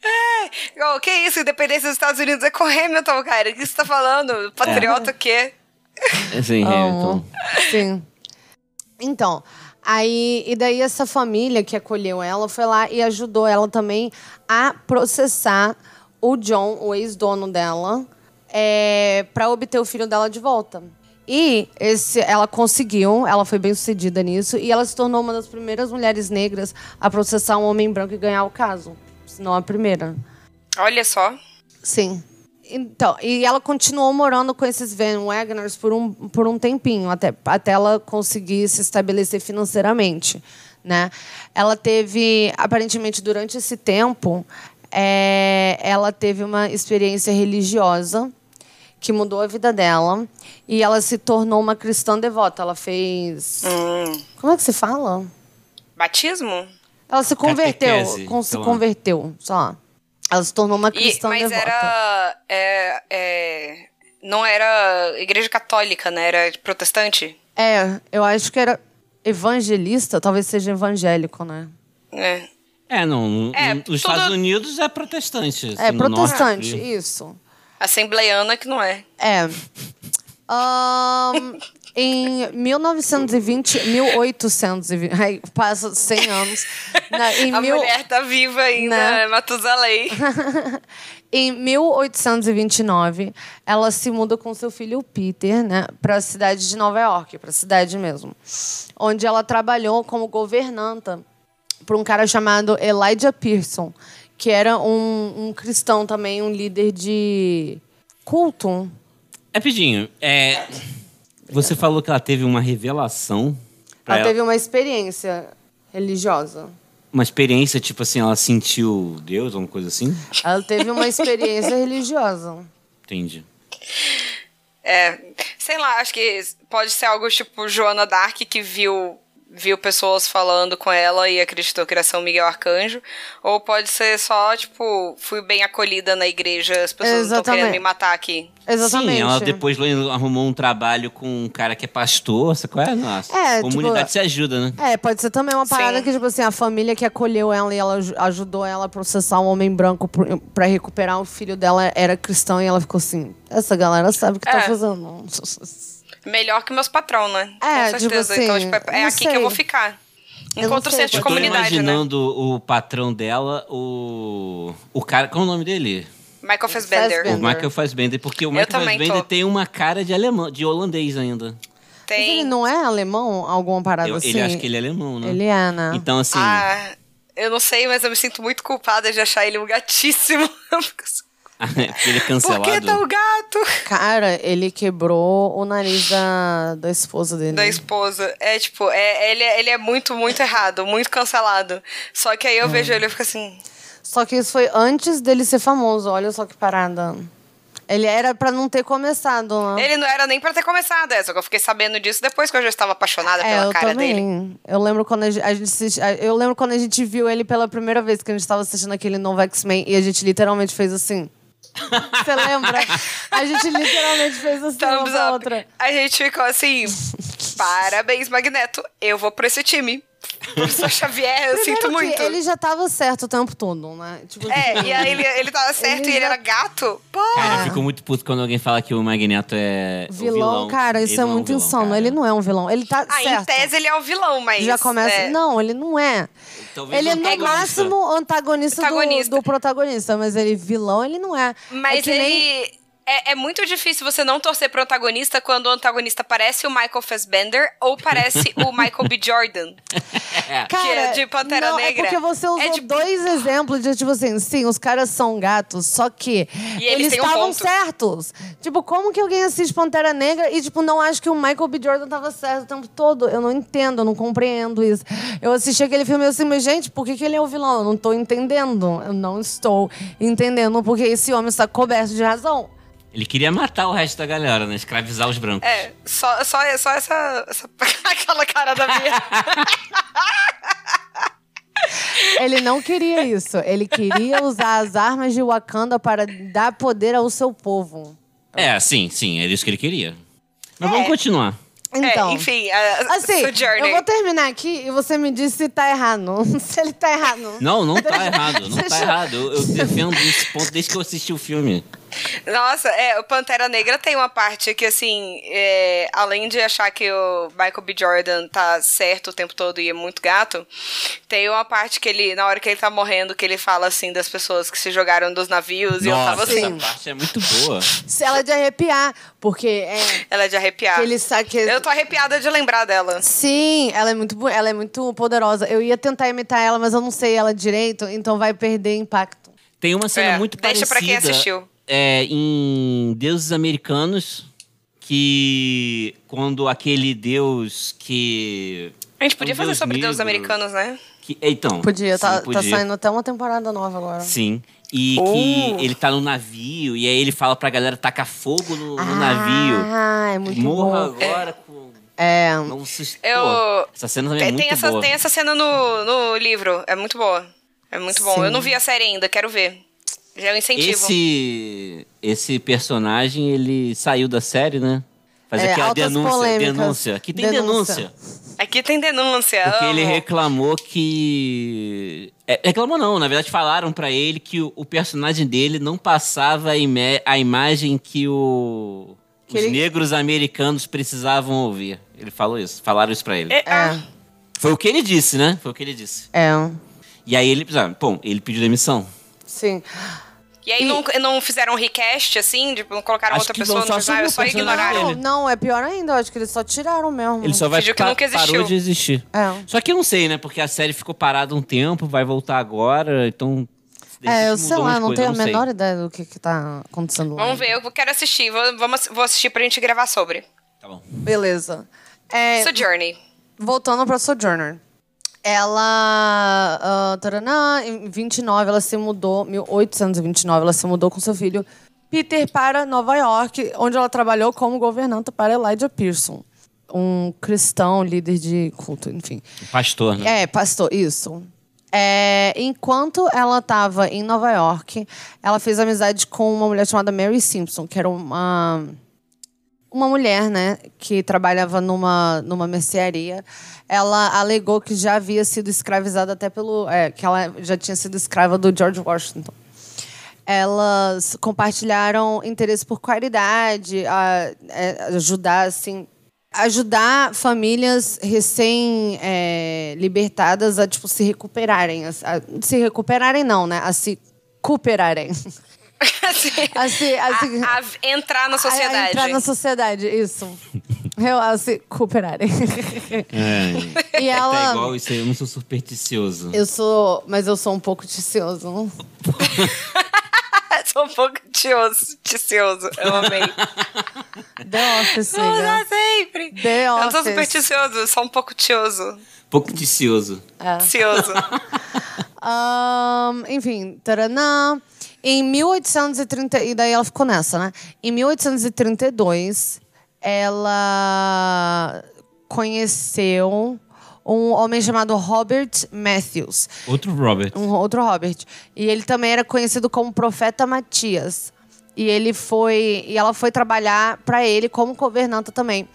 B: Ai, oh, que isso? Independência dos Estados Unidos é com Hamilton, cara. O que você tá falando? Patriota o quê?
C: É, Sim,
A: Amo.
C: Hamilton.
A: Uhum. Sim. Então, aí e daí essa família que acolheu ela foi lá e ajudou ela também a processar o John, o ex-dono dela, é, para obter o filho dela de volta. E esse, ela conseguiu, ela foi bem sucedida nisso, e ela se tornou uma das primeiras mulheres negras a processar um homem branco e ganhar o caso. Se não a primeira.
B: Olha só.
A: Sim. Então, e ela continuou morando com esses Van Wagners por um, por um tempinho, até, até ela conseguir se estabelecer financeiramente, né? Ela teve, aparentemente, durante esse tempo, é, ela teve uma experiência religiosa que mudou a vida dela e ela se tornou uma cristã devota. Ela fez...
B: Hum,
A: Como é que se fala?
B: batismo?
A: Ela se converteu.
C: Catequese,
A: com- se
C: sei lá.
A: converteu, sei lá. Ela se tornou uma
B: E-
A: cristã
B: mas
A: devota.
B: era. é, é, não era igreja católica, né? Era protestante.
A: É, eu acho que era evangelista, talvez seja evangélico, né?
B: É.
C: É, não. no-
B: É,
C: nos
B: tudo-
C: Estados Unidos é protestante. assim,
A: é,
C: no
A: protestante,
C: norte.
A: isso.
B: Assembleiana que não é.
A: É. Ahn, Em 1920, 1820, ai, passa 100 anos. Na- em
B: A
A: mil-
B: mulher tá viva ainda,
A: Né?
B: né? Matusalém.
A: Em 1829, ela se muda com seu filho Peter, né, para a cidade de Nova York, para a cidade mesmo, onde ela trabalhou como governanta para um cara chamado Elijah Pearson, que era um, um cristão também, um líder de culto.
C: Rapidinho, é, você falou que ela teve uma revelação. pra
A: Ela, teve uma experiência religiosa.
C: uma experiência, tipo assim, ela sentiu Deus, alguma coisa assim?
A: Ela teve uma experiência religiosa.
C: Entendi.
B: É, sei lá, acho que pode ser algo tipo Joana Dark que viu viu pessoas falando com ela e acreditou que era São Miguel Arcanjo, ou pode ser só tipo fui bem acolhida na igreja, as pessoas não estão querendo
A: Exatamente.
B: me matar aqui.
A: Exatamente.
C: Sim, ela depois arrumou um trabalho com um cara que é pastor, sabe qual é? Nossa,
A: É,
C: a
A: tipo-
C: comunidade se ajuda, né?
A: É, pode ser também uma parada
B: Sim.
A: que, tipo assim, a família que acolheu ela e ela aj- ajudou ela a processar um homem branco pro- pra recuperar o filho dela era cristão e ela ficou assim, essa galera sabe o que tá
B: É.
A: fazendo.
B: Melhor que meus patrão, né?
A: É,
B: com
A: tipo
B: certeza.
A: assim,
B: então, tipo, é
A: não
B: aqui
A: sei.
B: que eu vou ficar.
A: Eu não
B: Encontro o
A: sei,
B: centro de
C: Eu tô
B: comunidade, né?
C: imaginando o patrão dela, o. O cara. Qual é o nome dele?
B: Michael Fassbender.
C: O
A: Fassbender.
C: Michael Fassbender, porque o
B: Eu
C: Michael
B: também
C: Fassbender
B: tô.
C: tem uma cara de alemão, de holandês ainda.
A: Mas ele
B: Tem.
A: não é alemão? Alguma parada
C: Eu-
A: assim?
C: Ele acha que ele é alemão, né?
A: Ele é, né?
C: Então, assim.
B: Ah, eu não sei, mas eu me sinto muito culpada de achar ele um gatíssimo. assim,
C: porque ele é
B: Por que
C: cancelado.
B: tão gato?
A: Cara, ele quebrou o nariz da, da esposa dele.
B: da esposa. É tipo, é, ele, é- ele é muito, muito errado, muito cancelado. Só que aí
A: É.
B: eu vejo ele e fico assim.
A: Só que isso foi antes dele ser famoso, olha só que parada. Ele era pra não ter começado, né?
B: Ele não era nem pra ter começado essa, que eu fiquei sabendo disso depois que eu já estava apaixonada
A: É,
B: pela
A: eu
B: cara
A: também.
B: dele.
A: Eu lembro quando a gente, a gente assisti- a- eu lembro quando a gente viu ele pela primeira vez que a gente tava assistindo aquele novo X-Men e a gente literalmente fez assim. Você lembra? A gente literalmente fez assim uma
B: Thumbs
A: pra
B: up.
A: outra.
B: A gente ficou assim. Parabéns, Magneto. Eu vou pra esse time. Professor Xavier, eu
A: Primeiro
B: sinto
A: que
B: muito.
A: Ele já tava certo o tempo todo, né? Tipo,
B: É,
A: assim,
B: e aí ele, ele tava certo
A: Ele
B: e ele
A: já- É,
B: era gato. Pô!
C: Cara, eu fico muito puto quando alguém fala que o Magneto é. o
A: vilão, cara, isso
C: Ele
A: é
C: não um
A: muito
C: vilão,
A: insano.
C: cara.
A: Ele não é um vilão. Ele tá
B: Aí, em
A: certo.
B: tese, ele é o vilão, mas.
A: já começa.
B: é,
A: Não, ele não é.
C: Talvez
A: ele é no
C: antagonista.
A: máximo antagonista, do-
B: Antagonista.
A: Do, protagonista, mas ele vilão, ele não é. é
B: Mas
A: que
B: ele.
A: nem-
B: É, é muito difícil você não torcer pro antagonista quando o antagonista parece o Michael Fassbender ou parece o Michael B. Jordan.
C: É,
A: Cara,
B: é de Pantera
A: não,
B: Negra.
A: É porque você usou
B: É de-
A: dois exemplos de, tipo assim, sim, os caras são gatos, só que
B: E eles têm um
A: estavam
B: ponto.
A: certos. Tipo, como que alguém assiste Pantera Negra e, tipo, não acha que o Michael B. Jordan tava certo o tempo todo? Eu não entendo, eu não compreendo isso. Eu assisti aquele filme e eu assim, mas, gente, por que, que ele é o vilão? Eu não tô entendendo. Eu não estou entendendo porque esse homem está coberto de razão.
C: Ele queria matar o resto da galera, né? Escravizar os brancos.
B: É, só, só, só essa, essa- Aquela cara da minha.
A: Ele não queria isso. Ele queria usar as armas de Wakanda para dar poder ao seu povo.
C: É, sim, sim, era isso que ele queria. Mas vamos continuar.
A: Então.
B: É, enfim, a,
A: Assim,
B: seu Journey.
A: eu vou terminar aqui e você me diz se tá errado. se ele tá errado.
C: Não, não tá errado, não tá
A: Deixa-
C: errado. Eu, eu defendo esse ponto desde que eu assisti o filme.
B: Nossa, é, o Pantera Negra tem uma parte que, assim, é, além de achar que o Michael B. Jordan tá certo o tempo todo e é muito gato, tem uma parte que ele, na hora que ele tá morrendo, que ele fala, assim, das pessoas que se jogaram dos navios e eu tava
C: Nossa,
B: assim,
C: essa parte é muito boa.
A: Se ela é de arrepiar, porque é,
B: ela é de arrepiar.
A: que ele sabe que...
B: Eu tô arrepiada de lembrar dela.
A: Sim, ela é muito bo- ela é muito poderosa. Eu ia tentar imitar ela, mas eu não sei ela direito, então vai perder impacto.
C: Tem uma cena
B: É,
C: muito
B: deixa
C: parecida.
B: pra quem assistiu.
C: É, em Deuses Americanos, que quando aquele deus que...
B: A gente podia
C: um
B: fazer
C: deus
B: sobre deuses
C: negro,
B: americanos, né?
C: Que, então,
A: Podia,
C: sim,
A: tá, tá
C: podia.
A: saindo até uma temporada nova agora.
C: Sim. E
B: Oh.
C: que ele tá no navio, e aí ele fala pra galera tacar fogo no, no navio.
A: Ah, é muito
C: Morra
A: bom.
C: agora com...
A: É,
C: Não se...
B: Eu-
C: Pô, essa cena também é
B: Tem,
C: muito
B: tem essa,
C: boa.
B: tem essa cena no, no livro, é muito boa. É muito bom.
A: Sim.
B: Eu não vi a série ainda, quero ver. Já é um incentivo.
C: Esse, esse personagem, ele saiu da série, né? Fazer
A: É,
C: aquela
A: altas
C: denúncia,
A: polêmicas.
C: denúncia. Aqui tem
A: Denúncia.
C: denúncia.
B: Aqui tem denúncia.
C: Porque
B: amo.
C: ele reclamou que... é, reclamou não, na verdade falaram pra ele que o, o personagem dele não passava a, ime- a imagem que o...
A: Que
C: Os
A: ele-
C: negros americanos precisavam ouvir. Ele falou isso, falaram isso pra ele.
B: É, ah,
C: Foi o que ele disse, né? Foi o que ele disse.
A: É.
C: E aí ele, ah, bom, ele pediu demissão.
A: Sim.
B: E aí não, não fizeram um recast, assim? Tipo, não colocaram
C: Acho
B: outra
C: que não,
B: pessoa
C: só
B: no design,
C: assumiu
B: só
C: o personagem
B: ignoraram.
A: Não,
C: Ele-
A: não, é pior ainda. Eu acho que eles só tiraram mesmo.
C: Ele só vai
B: Fingiu que nunca existiu.
C: parou de existir.
A: É.
C: Só que eu não sei, né? Porque a série ficou parada um tempo, vai voltar agora, então.
A: É, eu sei
C: mudou umas
A: lá, não
C: coisas,
A: tenho a
C: sei.
A: menor ideia do que, que tá acontecendo lá.
B: Vamos ver, eu quero assistir. Vou, vamos, vou assistir pra gente gravar sobre.
C: Tá bom.
A: Beleza. É,
B: Sojourney.
A: voltando pra Sojourner. Ela, ah, taraná, em 29, ela se mudou, 1829, ela se mudou com seu filho Peter para Nova York, onde ela trabalhou como governanta para Elijah Pearson, um cristão líder de culto, enfim.
C: Pastor, né?
A: É, pastor, isso. É, enquanto ela estava em Nova York, ela fez amizade com uma mulher chamada Mary Simpson, que era uma, uma mulher, né, que trabalhava numa, numa mercearia. Ela alegou que já havia sido escravizada até pelo. é, que ela já tinha sido escrava do George Washington. Elas compartilharam interesse por caridade, a- é, ajudar, assim, ajudar famílias recém-libertadas a, tipo, se recuperarem. a- a- se recuperarem, não, né? A se cooperarem.
B: Assim,
A: Assim, assim-
B: a, a entrar na sociedade.
A: A, a entrar na sociedade, isso. Eu, a se cooperarem. É. e
C: Tá
A: ela...
C: igual isso aí, eu não sou supersticioso.
A: eu sou... Mas eu sou um pouco ticioso.
B: Sou um pouco tioso, ticioso. Eu amei.
A: The Office,
B: Vou
A: amiga.
B: usar sempre.
A: né? The
B: eu não sou
A: Office.
B: supersticioso, só um pouco tioso.
C: Um Pouco ticioso.
A: É.
B: Tioso.
A: Ahn, enfim, taranã. Em 1830. E daí ela ficou nessa, né? Em 1832, ela conheceu um homem chamado Robert Matthews,
C: Outro Robert.
A: um outro Robert. E ele também era conhecido como Profeta Matias. E ele foi. E ela foi trabalhar para ele como governanta também.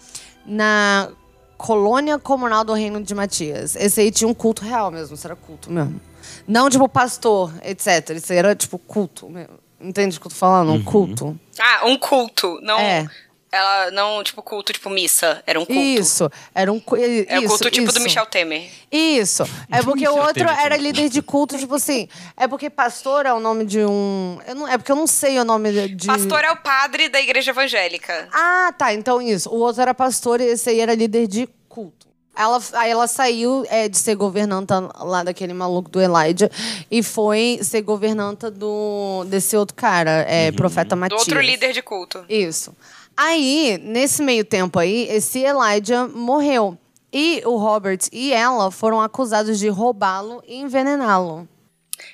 A: Na colônia comunal do reino de Matias. Esse aí tinha um culto real mesmo, isso era culto mesmo. Não tipo pastor, etc. Isso era tipo culto mesmo. Entende o que eu tô falando? Um culto.
B: Ah, um culto. Não,
A: É.
B: ela, não tipo culto, tipo missa. Era um culto.
A: Isso. Era um cu- isso,
B: É o culto tipo do
A: isso.
B: Michel Temer.
A: Isso. É porque o
C: Isso,
A: outro
C: teve também.
A: era líder de culto, tipo assim. É porque pastor é o nome de um. eu não- é porque eu não sei o nome de- de.
B: Pastor é o padre da igreja evangélica.
A: Ah, tá. Então isso. O outro era pastor e esse aí era líder de culto. Ela, aí ela saiu é, de ser governanta lá daquele maluco do Elijah e foi ser governanta do, desse outro cara, é,
C: Uhum.
A: profeta
B: Do
A: Matias.
B: outro líder de culto.
A: Isso. Aí, nesse meio tempo aí, esse Elijah morreu. E o Robert e ela foram acusados de roubá-lo e envenená-lo.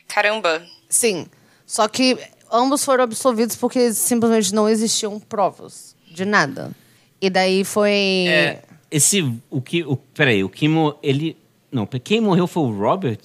B: Caramba.
A: Sim. Só que ambos foram absolvidos porque simplesmente não existiam provas de nada. E daí foi.
C: É, esse. O que. O, peraí, o que. mo- Ele. Não, quem morreu foi o Robert?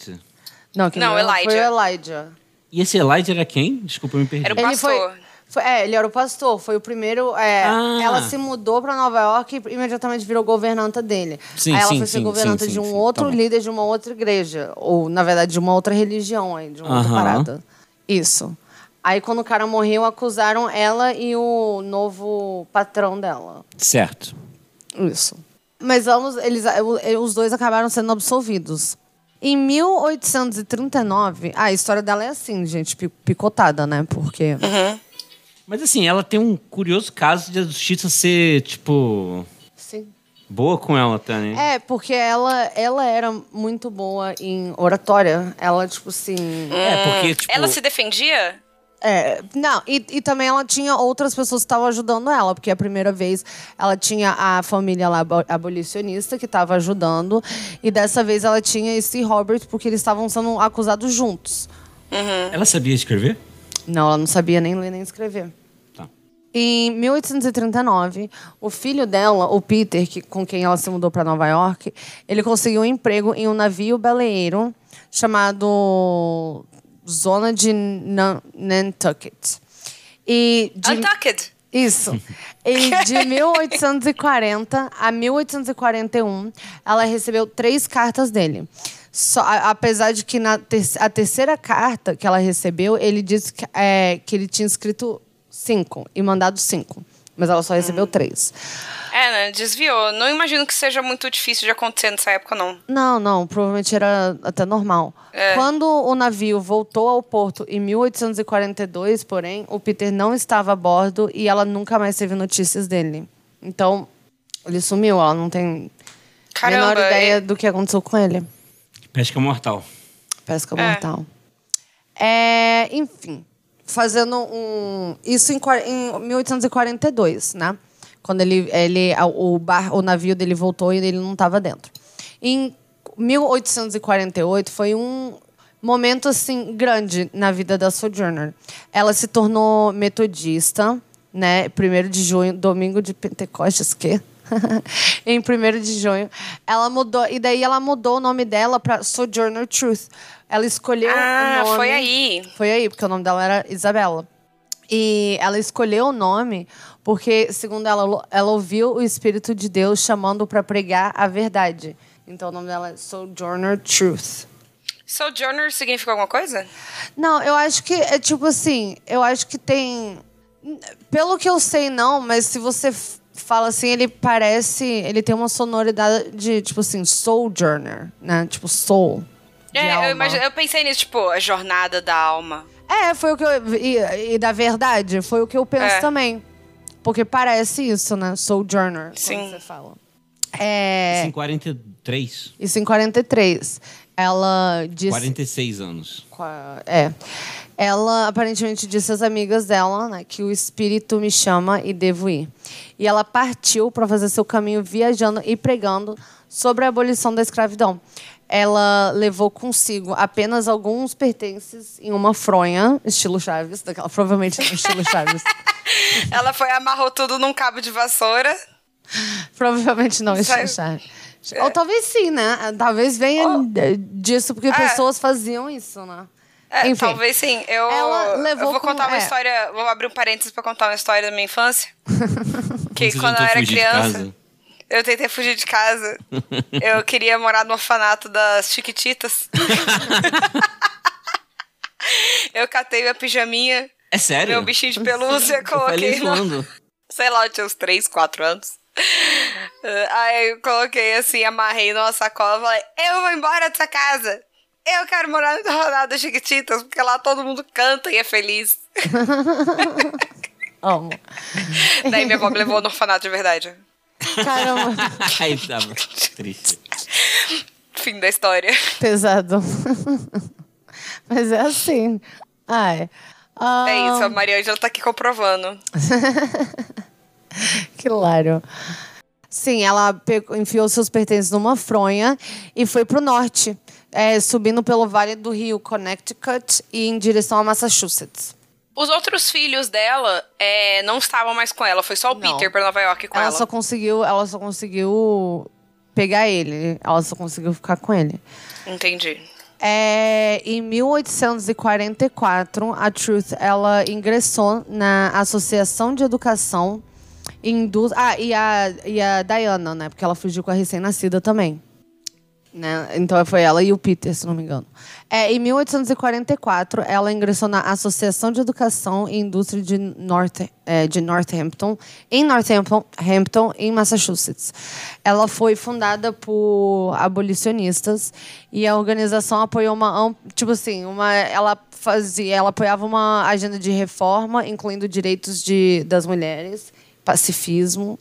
A: Não, quem
B: Não,
A: morreu
B: Elijah.
A: Foi o Elijah.
C: E esse Elijah era quem? Desculpa, eu me perdi.
B: Era o-
A: Ele
B: Pastor.
A: foi, foi- É, ele era o pastor. Foi o primeiro. é,
C: Ah.
A: Ela se mudou pra Nova York e imediatamente virou governanta dele.
C: Sim,
A: Aí ela
C: sim,
A: foi ser
C: sim,
A: governanta
C: sim,
A: de
C: sim,
A: um
C: sim,
A: outro
C: tá bom.
A: líder de uma outra igreja. Ou, na verdade, de uma outra religião, aí, de uma outra
C: Aham.
A: parada. Isso. Aí, quando o cara morreu, acusaram ela e o novo patrão dela.
C: Certo.
A: Isso. Mas ambos, eles, eh, os dois acabaram sendo absolvidos. Em 1839, ah, a história dela é assim, gente, pi- picotada, né? Porque.
C: Mas assim, ela tem um curioso caso de a justiça ser, tipo.
A: Sim.
C: Boa com ela, tá, né?
A: É, porque ela, ela era muito boa em oratória. Ela, tipo assim.
C: É, porque, tipo.
B: Ela se defendia?
A: É, não, e, e também ela tinha outras pessoas que estavam ajudando ela, porque a primeira vez ela tinha a família lá abo- abolicionista que estava ajudando, e dessa vez ela tinha esse Robert, porque eles estavam sendo acusados juntos.
C: Ela sabia escrever?
A: Não, ela não sabia nem ler nem escrever.
C: Tá.
A: Em 1839, o filho dela, o Peter, que, com quem ela se mudou para Nova York, ele conseguiu um emprego em um navio baleeiro chamado Zona de Nan- Nantucket. E de-
B: Untucked.
A: isso. E de 1840 a 1841, ela recebeu três cartas dele. Só, a- apesar de que na ter- a terceira carta que ela recebeu, ele disse que, é, que ele tinha escrito cinco e mandado cinco. Mas ela só recebeu três.
B: É, né? Desviou. Não imagino que seja muito difícil de acontecer nessa época, não.
A: Não, não, provavelmente era até normal.
B: É.
A: Quando o navio voltou ao porto em 1842, porém, o Peter não estava a bordo e ela nunca mais teve notícias dele. Então, ele sumiu, ela não tem a
B: Caramba.
A: menor ideia
B: é-
A: do que aconteceu com ele.
D: Pesca mortal.
A: Pesca
B: É.
A: mortal. É, enfim, fazendo um. Isso em, quar- em 1842, né? Quando ele, ele a- o, bar, o navio dele voltou e ele não estava dentro. Em 1848 foi um momento assim grande na vida da Sojourner. Ela se tornou metodista, né? Primeiro de junho, domingo de Pentecostes, que em 1 de junho. Ela mudou, e daí ela mudou o nome dela para Sojourner Truth. Ela escolheu
B: Ah,
A: o nome.
B: foi aí.
A: Foi aí, porque o nome dela era Isabela. E ela escolheu o nome porque, segundo ela, ela ouviu o Espírito de Deus chamando para pregar a verdade. Então o nome dela é Sojourner Truth.
B: Sojourner significa alguma coisa?
A: Não, eu acho que é tipo assim, eu acho que tem. Pelo que eu sei, não, mas se você f- fala assim, ele parece. Ele tem uma sonoridade de, tipo assim, sojourner, né? Tipo, soul. de
B: É,
A: alma.
B: eu, imagi- eu pensei nisso, tipo, a jornada da alma.
A: É, foi o que eu. E, e da verdade, foi o que eu penso
B: É.
A: também. Porque parece isso, né? Sojourner,
B: Sim.
A: quando você fala. É.
D: Em 43,
A: Isso em 43. Ela disse.
D: 46 anos.
A: Qua- É. Ela aparentemente disse às amigas dela né, que o espírito me chama e devo ir. E ela partiu para fazer seu caminho viajando e pregando sobre a abolição da escravidão. Ela levou consigo apenas alguns pertences em uma fronha, estilo Chaves, daquela, provavelmente não estilo Chaves.
B: Ela foi, amarrou tudo num cabo de vassoura.
A: provavelmente não estilo
B: Sabe?
A: Chaves. Ou talvez sim, né? Talvez venha
B: Oh.
A: eh, disso, porque pessoas faziam isso, né?
B: É,
A: Enfim.
B: talvez sim. Eu,
A: Ela levou
B: eu vou
A: com-
B: contar uma
A: é.
B: história. Vou abrir um parênteses pra contar uma história da minha infância. que
D: Você
B: quando
D: tentou
B: eu era
D: fugir de
B: criança.
D: casa?
B: Eu tentei fugir de casa. eu queria morar no orfanato das Chiquititas. eu catei minha pijaminha,
C: É sério?
B: meu bichinho de pelúcia,
C: Eu
B: coloquei
C: falei
B: no,
C: zoando.
B: sei lá, eu tinha uns 3, 4 anos. Eh, Aí eu coloquei assim, amarrei numa sacola e falei: Eu vou embora dessa casa! Eu quero morar no Ronaldo das Chiquititas, porque lá todo mundo canta e é feliz.
A: Amo.
B: Daí minha avó me levou no orfanato de verdade.
A: Caramba,
C: Aí tava triste.
B: Fim da história.
A: pesado. Mas é assim. Ai. Ah,
B: É isso, a Mariângela tá aqui comprovando.
A: Que hilário. Sim, ela pe- enfiou seus pertences numa fronha e foi pro norte, eh, subindo pelo vale do rio Connecticut e em direção a Massachusetts.
B: Os outros filhos dela é, não estavam mais com ela, foi só o
A: Não.
B: Peter pra Nova York com
A: ela,
B: ela.
A: só conseguiu, ela só conseguiu pegar ele, ela só conseguiu ficar com ele.
B: Entendi.
A: É, em 1844, a Truth ela ingressou na Associação de Educação e Indú- Ah, e a, e a Diana, né? Porque ela fugiu com a recém-nascida também. Né? Então foi ela e o Peter, se não me engano. É, em 1844, ela ingressou na Associação de Educação e Indústria de, North, é, de Northampton, em Northampton, Hampton, em Massachusetts. Ela foi fundada por abolicionistas e a organização apoiou uma. am- Tipo assim, uma, ela fazia, ela apoiava uma agenda de reforma, incluindo direitos de, das mulheres, pacifismo.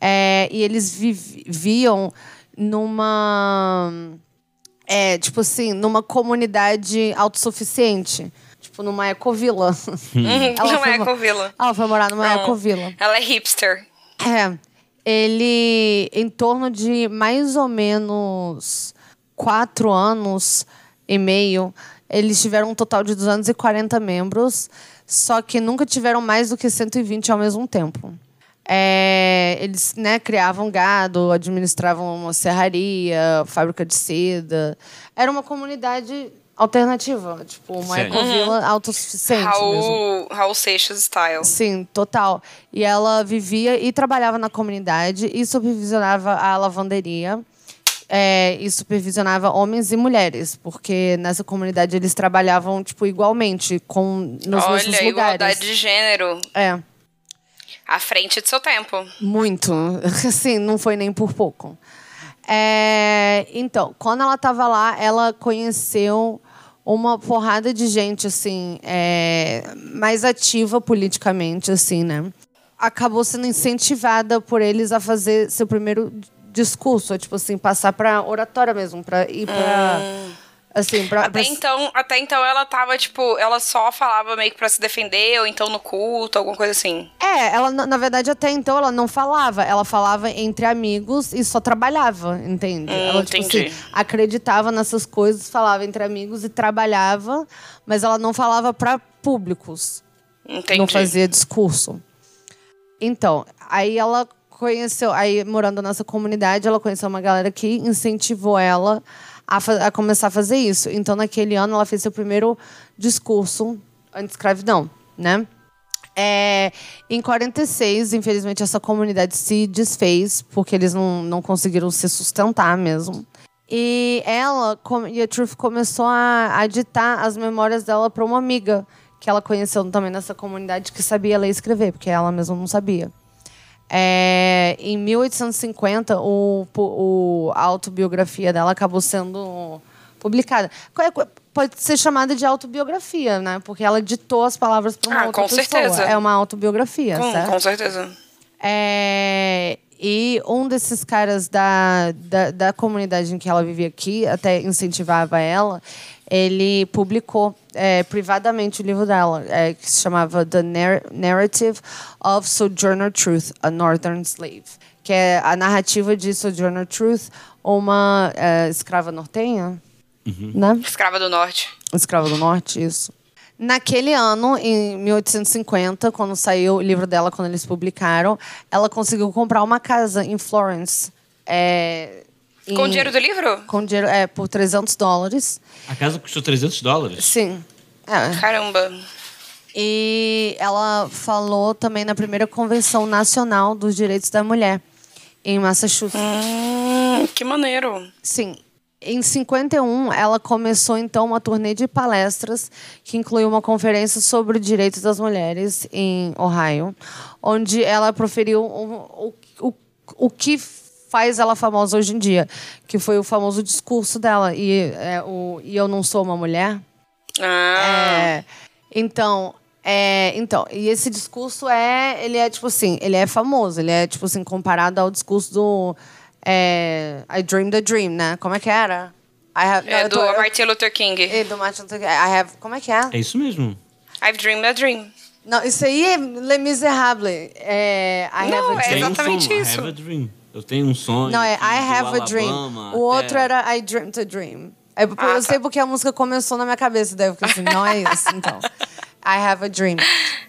A: É, e eles viviam numa. É, tipo assim, numa comunidade autossuficiente. Tipo, numa ecovila. Ela
B: Não
A: foi
B: é
A: mo-
B: ecovila.
A: Ela foi morar numa
B: Não.
A: ecovila.
B: Ela é hipster.
A: É. Ele, em torno de mais ou menos quatro anos e meio, eles tiveram um total de 240 membros, só que nunca tiveram mais do que 120 ao mesmo tempo. É, eles né, criavam gado, administravam uma serraria, fábrica de seda. Era uma comunidade alternativa, tipo uma
D: Sim.
A: ecovila autossuficiente. mesmo.
B: Raul, Raul Seixas style.
A: Sim, total. E ela vivia e trabalhava na comunidade e supervisionava a lavanderia. é, e supervisionava homens e mulheres, porque nessa comunidade eles trabalhavam tipo igualmente, com nos
B: Olha,
A: mesmos lugares.
B: igualdade de gênero.
A: É.
B: à frente do seu tempo.
A: Muito. Assim, não foi nem por pouco. É, então, quando ela tava lá, ela conheceu uma porrada de gente, assim, é, mais ativa politicamente, assim, né? Acabou sendo incentivada por eles a fazer seu primeiro discurso, é, tipo assim, passar pra oratória mesmo, pra ir pra. Assim, pra,
B: Até
A: pra-
B: então, até então ela tava, tipo, ela só falava meio que pra se defender, ou então no culto, alguma coisa assim.
A: É, ela, na na verdade, até então ela não falava. Ela falava entre amigos e só trabalhava, entende?
B: Hum,
A: ela, tipo
B: entendi.
A: assim, acreditava nessas coisas, falava entre amigos e trabalhava, mas ela não falava pra públicos.
B: Entendi.
A: Não fazia discurso. Então, aí ela conheceu, aí morando nessa comunidade, ela conheceu uma galera que incentivou ela a, fa- a começar a fazer isso. Então, naquele ano, ela fez seu primeiro discurso anti-escravidão, né? É, em 46, infelizmente, essa comunidade se desfez, porque eles não, não conseguiram se sustentar mesmo. E ela com- e a Truth começou a, a ditar as memórias dela para uma amiga que ela conheceu também nessa comunidade que sabia ler e escrever, porque ela mesma não sabia. É, em 1850, o, pu- o, a autobiografia dela acabou sendo publicada. Qual é- qual- Pode ser chamada de autobiografia, né? Porque ela ditou as palavras para uma
B: Ah,
A: outra
B: com
A: pessoa.
B: certeza.
A: É uma autobiografia,
B: com,
A: certo?
B: Hum, com certeza.
A: É, e um desses caras da, da, da comunidade em que ela vivia aqui, até incentivava ela, ele publicou é, privadamente o livro dela, é, que se chamava The Nar- Narrative of Sojourner Truth, a Northern Slave, que é a narrativa de Sojourner Truth, uma é, escrava nortenha, né?
B: Escrava do Norte.
A: Escrava do Norte, isso. Naquele ano, em 1850, quando saiu o livro dela, quando eles publicaram, ela conseguiu comprar uma casa em Florence. é,
B: Com o
A: em-
B: dinheiro do livro?
A: Com dinheiro, é, por 300 dólares.
D: A casa custou 300 dólares?
A: Sim. É.
B: Caramba.
A: E ela falou também na primeira Convenção Nacional dos Direitos da Mulher, em Massachusetts.
B: Hum, que maneiro.
A: Sim. Em 51, ela começou então uma turnê de palestras que incluiu uma conferência sobre direitos das mulheres em Ohio, onde ela proferiu um- o, o, o que faz ela famosa hoje em dia, que foi o famoso discurso dela e é, o e eu não sou uma mulher.
B: Ah,
A: É, então, é, então, e esse discurso é, ele é tipo assim, ele é famoso, ele é tipo assim comparado ao discurso do é, I Dream the Dream, né? Como é que era? I have, não,
B: é
A: eu
B: do
A: tô- eu-
B: Martin Luther King.
A: é, do Martin Luther King. I have, como é que é?
D: É isso mesmo.
B: I've dreamed a dream. um
A: Não, isso aí é Les Miserables. É, I
B: Não,
A: have a
B: é
A: dream.
D: Tem um
B: exatamente
D: sonho,
B: isso.
D: I have a dream. Eu tenho um sonho.
A: Não, é
D: que
A: I
D: do
A: have a dream.
D: Alabama é.
A: O outro
D: até-
A: era I dream to dream. É, porque
B: Ah,
A: eu sei
B: tá.
A: porque a música começou na minha cabeça, daí eu fiquei assim, não é isso, então. I have a dream.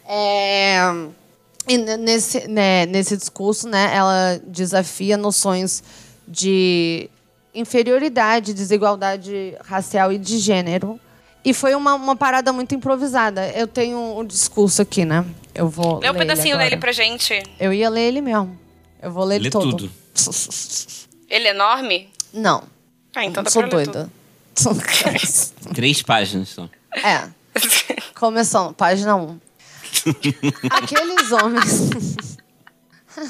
A: É, e ne- nesse, né, nesse discurso, né, ela desafia noções de inferioridade, desigualdade racial e de gênero. E foi uma, uma parada muito improvisada. Eu tenho o discurso aqui, né? Eu vou.
B: Lê um
A: ler ele
B: pedacinho
A: agora.
B: dele pra gente.
A: Eu ia ler ele mesmo. Eu vou ler ele
D: Lê
A: todo.
D: tudo.
B: Ele é enorme?
A: Não.
B: Ah, então dá
A: Sou
B: pra ler
A: doida. Sou
C: Três páginas só.
A: é.
B: tudo.
A: Começando, página 1. Aqueles homens.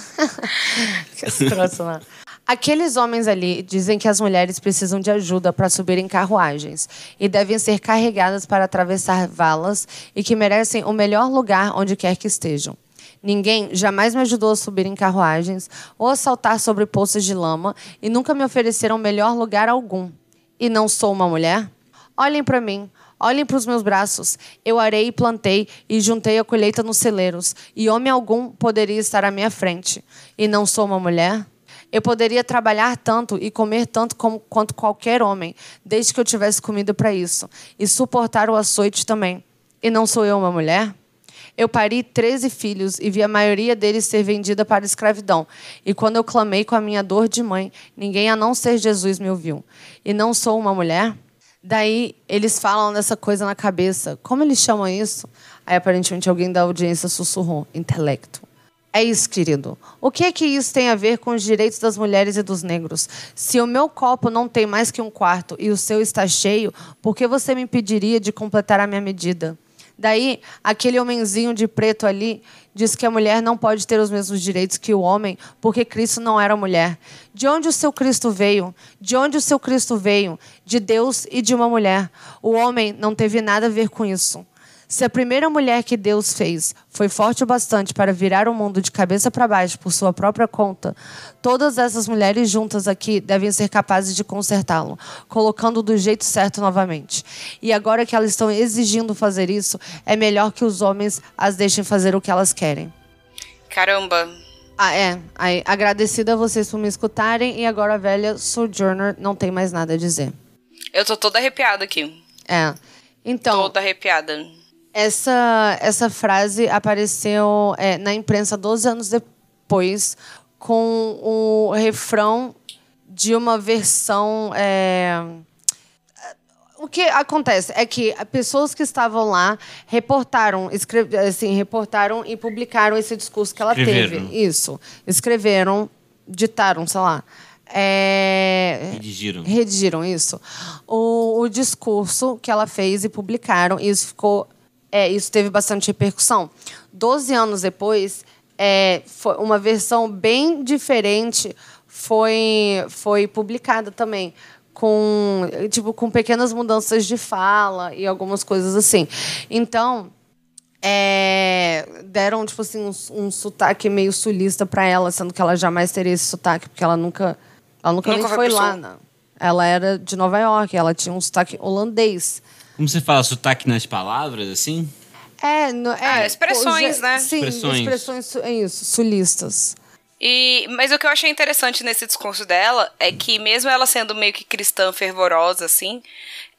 A: que escroto, né? Aqueles homens ali dizem que as mulheres precisam de ajuda para subir em carruagens e devem ser carregadas para atravessar valas e que merecem o melhor lugar onde quer que estejam. Ninguém jamais me ajudou a subir em carruagens ou a saltar sobre poças de lama e nunca me ofereceram melhor lugar algum. E não sou uma mulher? Olhem para mim, olhem para os meus braços. Eu arei e plantei e juntei a colheita nos celeiros, e homem algum poderia estar à minha frente. E não sou uma mulher? Eu poderia trabalhar tanto e comer tanto como, quanto qualquer homem, desde que eu tivesse comida para isso, e suportar o açoite também. E não sou eu uma mulher? Eu pari 13 filhos e vi a maioria deles ser vendida para a escravidão. E quando eu clamei com a minha dor de mãe, ninguém a não ser Jesus me ouviu. E não sou uma mulher? Daí eles falam dessa coisa na cabeça. Como eles chamam isso? Aí aparentemente alguém da audiência sussurrou: intelecto. É isso, querido. O que é que isso tem a ver com os direitos das mulheres e dos negros? Se o meu copo não tem mais que um quarto e o seu está cheio, por que você me impediria de completar a minha medida? Daí, aquele homenzinho de preto ali diz que a mulher não pode ter os mesmos direitos que o homem, porque Cristo não era mulher. De onde o seu Cristo veio? De onde o seu Cristo veio? De Deus e de uma mulher. O homem não teve nada a ver com isso. Se a primeira mulher que Deus fez foi forte o bastante para virar o mundo de cabeça para baixo por sua própria conta, todas essas mulheres juntas aqui devem ser capazes de consertá-lo, colocando do jeito certo novamente. E agora que elas estão exigindo fazer isso, é melhor que os homens as deixem fazer o que elas querem.
B: Caramba.
A: Ah, é. Aí, agradecida a vocês por me escutarem e agora a velha Sojourner não tem mais nada a dizer.
B: Eu tô toda arrepiada aqui.
A: É. Então,
B: Toda arrepiada.
A: Essa, essa frase apareceu é, na imprensa 12 anos depois, com o refrão de uma versão. é, O que acontece é que pessoas que estavam lá reportaram, escre- assim, reportaram e publicaram esse discurso que ela
D: Escreveram.
A: teve. Isso. Escreveram, ditaram, sei lá. É,
D: Redigiram.
A: redigiram isso. O, o discurso que ela fez e publicaram, e isso ficou. é, isso teve bastante repercussão. Doze anos depois, é, foi uma versão bem diferente foi, foi publicada também. Com, eh, tipo, com pequenas mudanças de fala e algumas coisas assim. Então, é, deram, tipo assim, um, um sotaque meio sulista pra ela, sendo que ela jamais teria esse sotaque, porque ela nunca. Ela nunca,
B: Nunca
A: nem
B: foi
A: foi
B: pro
A: lá.
B: sul.
A: não. Ela era de Nova York, ela tinha um sotaque holandês.
D: Como você fala sotaque nas palavras, assim?
A: É, no- é
B: Ah, expressões,
A: pô,
B: né?
A: Sim,
D: Expressões.
A: expressões, su- é isso, sulistas.
B: E, mas o que eu achei interessante nesse discurso dela é que, mesmo ela sendo meio que cristã fervorosa, assim,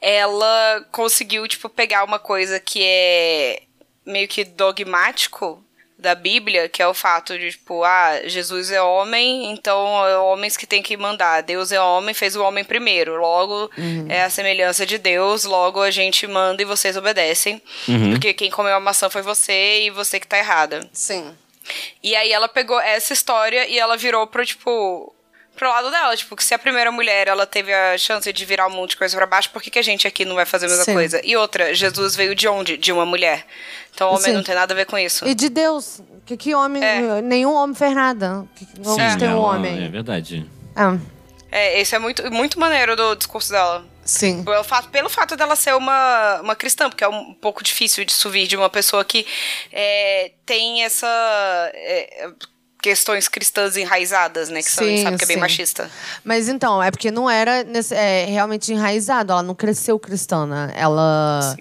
B: ela conseguiu, tipo, pegar uma coisa que é meio que dogmático da Bíblia, que é o fato de, tipo, ah, Jesus é homem, então é homens que tem que mandar. Deus é homem, fez o homem primeiro. Logo, é a semelhança de Deus, logo a gente manda e vocês obedecem. Porque quem comeu a maçã foi você e você que tá errada.
A: Sim.
B: E aí ela pegou essa história e ela virou pro, tipo, pro lado dela. Tipo, que se a primeira mulher ela teve a chance de virar um monte de coisa pra baixo, por que, que a gente aqui não vai fazer a mesma
A: Sim.
B: coisa? E outra, Jesus veio de onde? De uma mulher. Então o homem
A: Sim.
B: não tem nada a ver com isso.
A: E de Deus, que, que homem.
B: É.
A: Nenhum homem fez nada. Que, vamos
D: Sim, né?
A: ter um
D: ela-
C: É
A: homem.
C: verdade.
A: Ah,
B: É, isso é muito, muito maneiro do discurso dela.
A: sim.
B: Pelo fato, pelo fato dela ser uma, uma cristã, porque é um pouco difícil de subir de uma pessoa que é, tem essa. é, questões cristãs enraizadas, né? Que são, a gente
A: Sim,
B: sabe que é bem
A: sim.
B: machista.
A: Mas então, é porque não era nesse- é, realmente enraizado. Ela não cresceu cristã, né? Ela.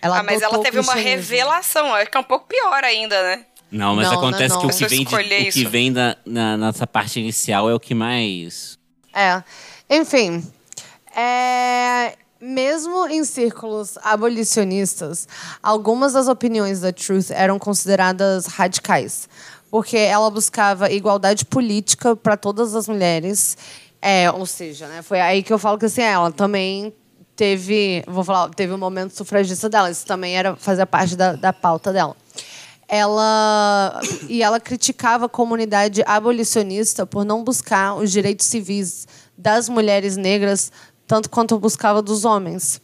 A: ela
B: ah, mas ela
A: adotou o
B: teve uma
A: cristianismo.
B: revelação, acho que é um pouco pior ainda, né?
C: Não, mas
A: Não,
C: acontece
A: não,
C: que
A: não.
C: o que
B: Preciso
C: vem, de-
B: escolher
C: o que
B: isso.
C: vem da- na, nessa parte inicial é o que mais.
A: É. Enfim. é, Mesmo em círculos abolicionistas, algumas das opiniões da Truth eram consideradas radicais, porque ela buscava igualdade política para todas as mulheres. É, ou seja, né, foi aí que eu falo que assim, ela também teve, vou falar, teve um momento sufragista dela. Isso também era fazer parte da, da pauta dela. Ela e ela criticava a comunidade abolicionista por não buscar os direitos civis das mulheres negras tanto quanto buscava dos homens.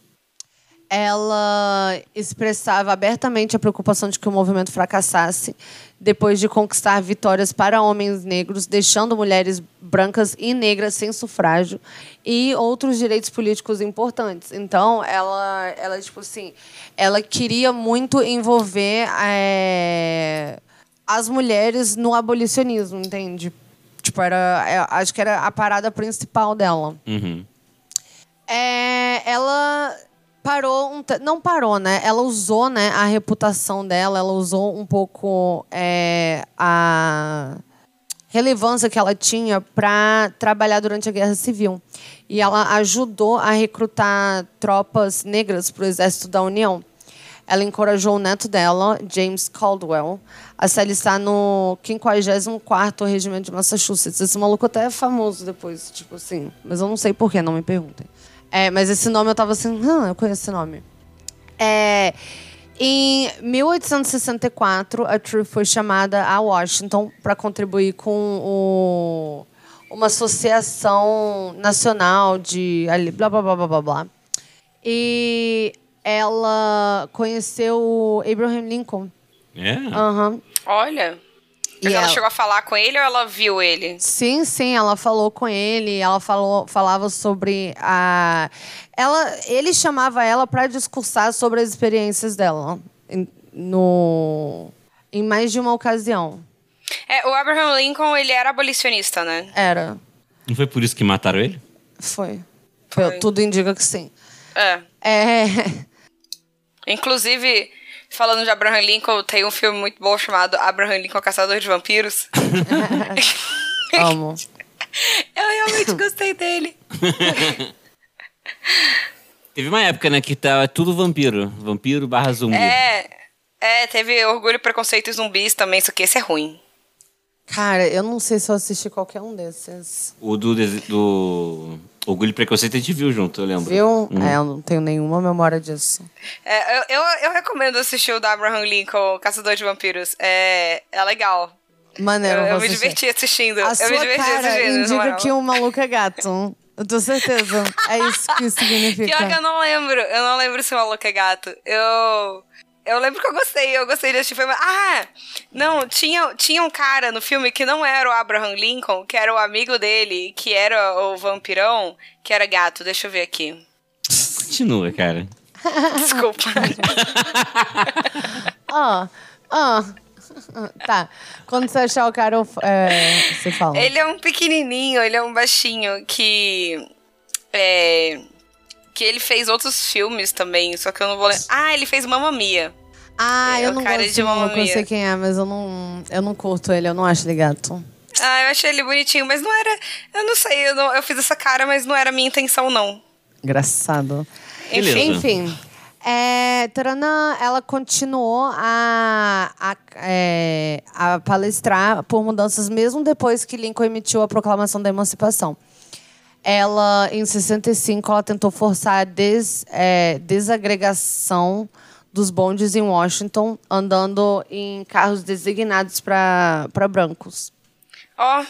A: Ela expressava abertamente a preocupação de que o movimento fracassasse depois de conquistar vitórias para homens negros, deixando mulheres brancas e negras sem sufrágio e outros direitos políticos importantes. Então, ela, ela tipo assim, ela queria muito envolver eh, as mulheres no abolicionismo, entende? Tipo, era, eu acho que era a parada principal dela. É, ela parou um te- não parou né ela usou né a reputação dela ela usou um pouco é, a relevância que ela tinha para trabalhar durante a guerra civil e ela ajudou a recrutar tropas negras para o exército da União ela encorajou o neto dela, James Caldwell, a se alistar no 54º Regimento de Massachusetts. Esse maluco até é famoso depois, tipo assim. Mas eu não sei porquê, não me perguntem. É, mas esse nome eu tava assim, ah, eu conheço esse nome. É, em 1864, a Truth foi chamada a Washington para contribuir com o- uma associação nacional de ali, blá blá blá blá blá blá. E ela conheceu o Abraham Lincoln
D: É?
A: Aham.
B: Olha. Mas
A: E
B: ela,
A: ela-
B: chegou a falar com ele ou ela viu ele?
A: Sim, sim, ela falou com ele, ela falou, falava sobre a ela, ele chamava ela para discursar sobre as experiências dela em, no em mais de uma ocasião.
B: É, o Abraham Lincoln, ele era abolicionista, né?
A: Era,
D: Não foi por isso que mataram ele?
A: foi. Foi,
B: Foi.
A: Tudo indica que sim.
B: É.
A: É,
B: Inclusive, falando de Abraham Lincoln, tem um filme muito bom chamado Abraham Lincoln Caçador de Vampiros.
A: amo.
B: Eu realmente gostei dele.
C: Teve uma época, né, que tava tudo vampiro. Vampiro barra zumbi.
B: É. É, teve Orgulho, Preconceito e Zumbis também, só que esse é ruim.
A: Cara, eu não sei se eu assisti qualquer um desses.
C: O do, dese- do Orgulho e Preconceito a gente viu junto, eu lembro.
A: Viu?
B: Hum.
A: É, eu não tenho nenhuma memória disso.
B: É, eu, eu, eu recomendo assistir o da Abraham Lincoln, Caçador de Vampiros. É, é legal.
A: Maneiro,
B: eu eu
A: vou
B: me
A: assistir.
B: diverti assistindo.
A: A
B: eu
A: sua
B: me diverti
A: cara
B: assistindo. na
A: indica
B: moral.
A: que o maluco é gato. Eu tô certeza. É isso que significa.
B: Pior que eu não lembro. Eu não lembro se o maluco é gato. Eu. Eu lembro que eu gostei, eu gostei desse filme. Ah! Não, tinha, tinha um cara no filme que não era o Abraham Lincoln, que era o amigo dele, que era o vampirão, que era gato. Deixa eu ver aqui.
C: Continua, cara.
B: Desculpa.
A: Ah, ah. Tá. Quando você achar o cara, eu f- é, você fala.
B: ele é um pequenininho, ele é um baixinho que. É. Que ele fez outros filmes também, só que eu não vou lembrar. Ah, ele fez Mamma Mia.
A: Ah,
B: é
A: eu
B: o
A: não
B: cara
A: gosto
B: de
A: de
B: Mamma
A: maluco, eu
B: Mia.
A: sei quem é, mas eu não, eu não curto ele, eu não acho ele gato.
B: Ah, eu achei ele bonitinho, mas não era. Eu não sei, eu, não- eu fiz essa cara, mas não era a minha intenção, não.
A: Engraçado.
C: Beleza.
A: Enfim. É, taranã, ela continuou a, a, é, a palestrar por mudanças mesmo depois que Lincoln emitiu a proclamação da emancipação. Ela, em 65, ela tentou forçar a des- é, desagregação dos bondes em Washington, andando em carros designados para brancos.
B: Ó,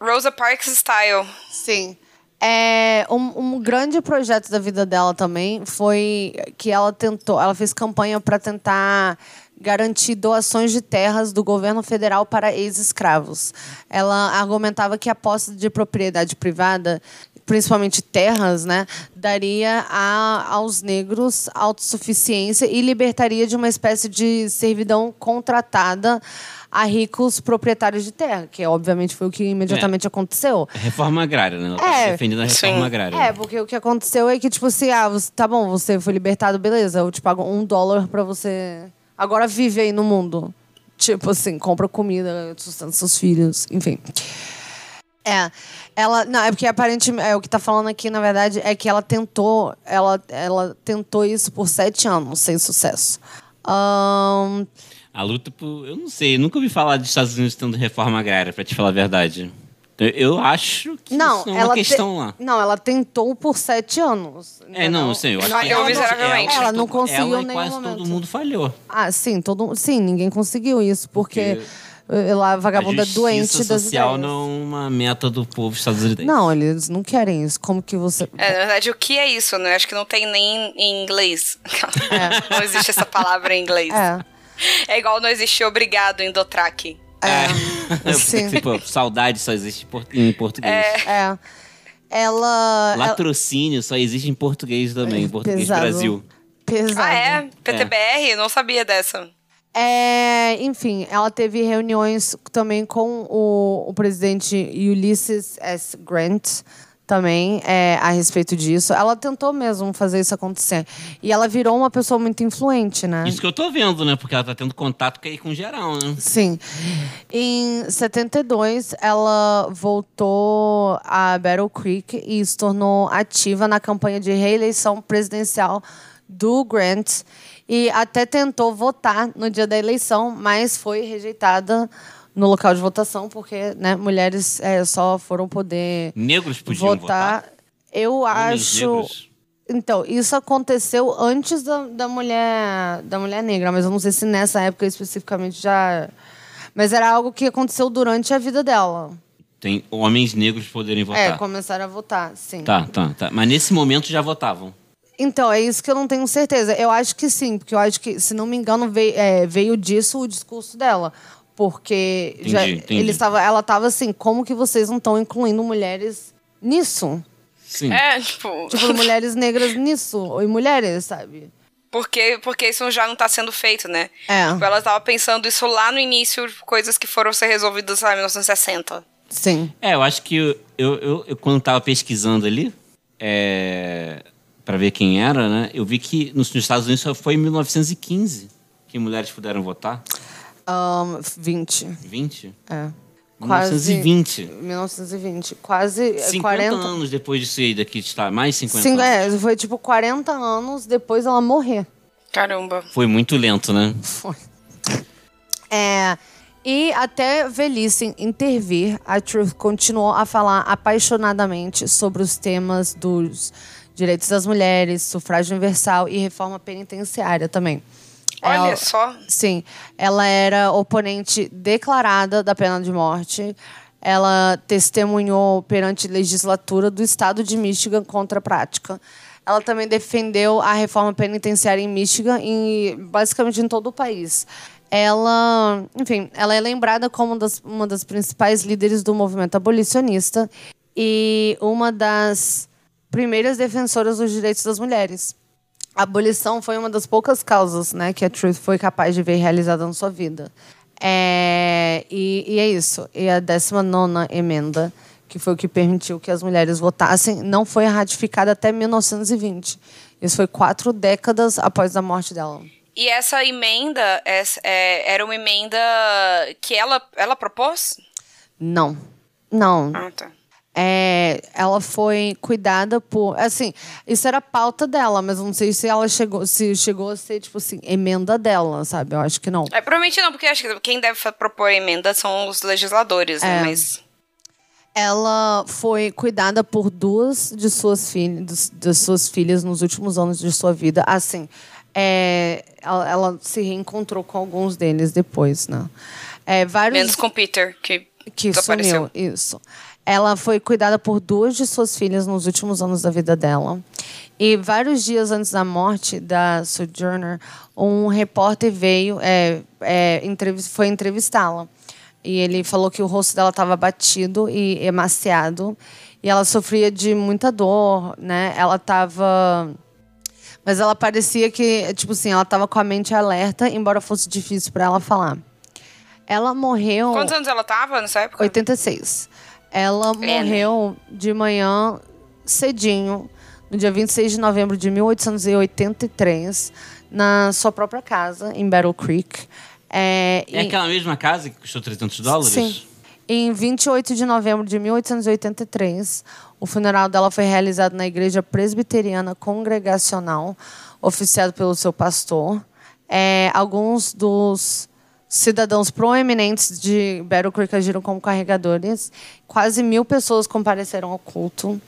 B: Rosa Parks Style.
A: Sim. É, um, um grande projeto da vida dela também foi que ela tentou, ela fez campanha para tentar garantir doações de terras do governo federal para ex-escravos. Ela argumentava que a posse de propriedade privada, principalmente terras, né, daria a- aos negros autossuficiência e libertaria de uma espécie de servidão contratada a ricos proprietários de terra, que obviamente foi o que imediatamente aconteceu.
C: Reforma agrária, né? Ela
A: É.
C: tá defendendo a reforma
B: Sim.
C: agrária.
A: É, porque o que aconteceu é que, tipo assim, ah, você, tá bom, você foi libertado, beleza, eu te pago um dólar pra você. Agora vive aí no mundo. Tipo assim, compra comida, sustenta seus filhos, enfim. É, ela. Não, é porque aparentemente. É, o que tá falando aqui, na verdade, é que ela tentou. Ela, ela tentou isso por sete anos, sem sucesso. Ahn,
C: A luta por. Eu não sei, nunca ouvi falar dos Estados Unidos tendo reforma agrária, pra te falar a verdade. Eu, eu acho que
A: não,
C: isso é
A: ela.
C: uma
A: te-
C: questão lá.
A: Não, ela tentou por sete anos.
C: É, não, eu sei, eu acho que.
B: Falhou
C: ela-
B: miseravelmente.
A: Ela não
C: to-
A: conseguiu
C: tipo, ela e
A: nenhum
C: quase todo
A: momento.
C: mundo falhou.
A: Ah, sim, todo, sim, ninguém conseguiu isso, porque, eh, lá a vagabunda
C: a
A: é doente
C: justiça
A: das
C: social
A: ideias.
C: não é uma meta do povo estadunidense.
A: Não, eles não querem isso. Como que você.
B: É, na verdade, o que é isso, né? Acho que não tem nem em inglês. Não existe essa palavra em inglês. É,
A: É.
B: igual não existe obrigado em Dotraque.
A: É. Sim.
C: tipo, saudade só existe em por- em português.
A: É. Ela. ela-
C: Latrocínio só existe em português também, em português
A: Pesado.
C: Brasil.
A: Pesado.
B: Ah, é? PTBR? Não sabia dessa.
A: É, enfim, ela teve reuniões também com o, o presidente Ulysses S. Grant também é, a respeito disso. Ela tentou mesmo fazer isso acontecer. E ela virou uma pessoa muito influente, né?
C: Isso que eu tô vendo, né? Porque ela tá tendo contato com- aí com geral, né?
A: Sim. Em 72, ela voltou a Battle Creek e se tornou ativa na campanha de reeleição presidencial do Grant. E até tentou votar no dia da eleição, mas foi rejeitada no local de votação, porque né, mulheres eh, só foram poder
C: Negros podiam votar.
A: Eu
C: Homens
A: acho.
C: negros.
A: Então, isso aconteceu antes da, da mulher da mulher negra, mas eu não sei se nessa época especificamente já. Mas era algo que aconteceu durante a vida dela.
C: Tem homens negros poderem votar.
D: Tá.
A: É, começaram a votar, sim.
C: Tá, tá, tá. Mas nesse momento já votavam.
A: Então, é isso que eu não tenho certeza. Eu acho que sim, porque eu acho que, se não me engano, veio, é, veio disso o discurso dela. Porque
D: Entendi,
A: já,
D: entendi.
A: Eles tava, ela estava assim, como que vocês não estão incluindo mulheres nisso?
D: Sim.
B: É, tipo.
A: Tipo, mulheres negras nisso, ou e mulheres, sabe?
B: Porque, porque isso já não tá sendo feito, né?
A: É.
B: Tipo, ela tava pensando isso lá no início, coisas que foram ser resolvidas lá em 1960.
A: Sim.
D: É, eu acho que eu, eu, eu- eu, quando tava pesquisando ali, é, para ver quem era, né? Eu vi que nos, nos Estados Unidos só foi em 1915 que mulheres puderam votar.
A: Ahn, 20.
D: 20?
A: É.
D: 1920.
A: 1920. Quase
D: 50
A: 50 40.
D: anos depois disso aí, daqui está mais 50
A: É, Cinco-
D: anos.
A: é, foi tipo 40 anos depois ela morrer.
B: Caramba.
D: Foi muito lento, né?
A: Foi. É, e até velhice intervir, a Truth continuou a falar apaixonadamente sobre os temas dos direitos das mulheres, sufrágio universal e reforma penitenciária também.
B: Olha
A: Ela-
B: só.
A: Sim, ela era oponente declarada da pena de morte. Ela testemunhou perante legislatura do estado de Michigan contra a prática. Ela também defendeu a reforma penitenciária em Michigan e basicamente em todo o país. Ela, enfim, ela é lembrada como uma das, uma das principais líderes do movimento abolicionista e uma das primeiras defensoras dos direitos das mulheres. A abolição foi uma das poucas causas né, que a Truth foi capaz de ver realizada na sua vida. É, e, e é isso. E a 19 emenda, que foi o que permitiu que as mulheres votassem, não foi ratificada até 1920. Isso foi quatro décadas após a morte dela.
B: E essa emenda essa, é, era uma emenda que ela, ela propôs?
A: Não. Não.
B: Ah, tá.
A: É, ela foi cuidada por. Assim, isso era pauta dela, mas eu não sei se ela chegou, se chegou a ser, tipo assim, emenda dela, sabe? Eu acho que não.
B: É, provavelmente não, porque acho que quem deve fa- propor a emenda são os legisladores, né?
A: É.
B: Mas.
A: Ela foi cuidada por duas de suas, filhas, dos- das suas filhas nos últimos anos de sua vida. Assim, é, ela, ela se reencontrou com alguns deles depois, né? É, vários
B: Menos com o Peter, que,
A: que
B: desapareceu.
A: sumiu, isso. Ela foi cuidada por duas de suas filhas nos últimos anos da vida dela. E vários dias antes da morte da Sojourner, um repórter veio, é, é, entrevis- foi entrevistá-la. E ele falou que o rosto dela estava batido e emaciado. E ela sofria de muita dor, né? Ela estava... Mas ela parecia que, tipo assim, ela estava com a mente alerta, embora fosse difícil para ela falar. Ela morreu...
B: Quantos anos ela tava nessa época?
A: 86. Ela
B: É, né?
A: morreu de manhã cedinho, no dia 26 de novembro de 1883, na sua própria casa, em Battle Creek. É,
D: É
A: e-
D: aquela mesma casa que custou 300 dólares?
A: Sim. Em 28 de novembro de 1883, o funeral dela foi realizado na Igreja Presbiteriana Congregacional, oficiado pelo seu pastor. É, alguns dos cidadãos proeminentes de Battle Creek agiram como carregadores. Quase mil pessoas compareceram ao culto.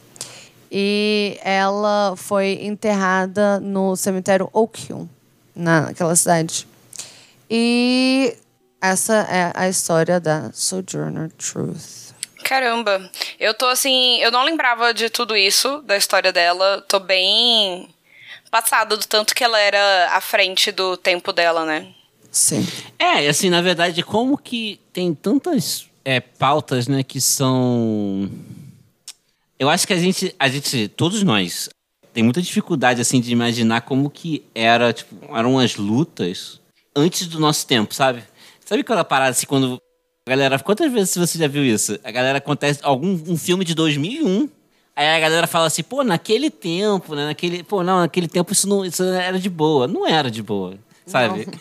A: E ela foi enterrada no cemitério Oak Hill, naquela cidade. E essa é a história da Sojourner Truth.
B: Caramba. Eu tô assim. Eu não lembrava de tudo isso, da história dela. Tô bem passada do tanto que ela era à frente do tempo dela, né?
A: Sim.
D: É, assim, na verdade, como que
C: Tem tantas é, pautas, né, que são. Eu acho que a gente, a gente, todos nós, tem muita dificuldade assim de imaginar como que era, tipo, eram as lutas antes do nosso tempo, sabe? Sabe aquela parada assim quando a galera, quantas vezes você já viu isso? A galera acontece algum um filme de 2001, aí a galera fala assim, pô, naquele tempo, né, naquele, pô, não, naquele tempo isso não, isso era de boa, não era de boa, sabe?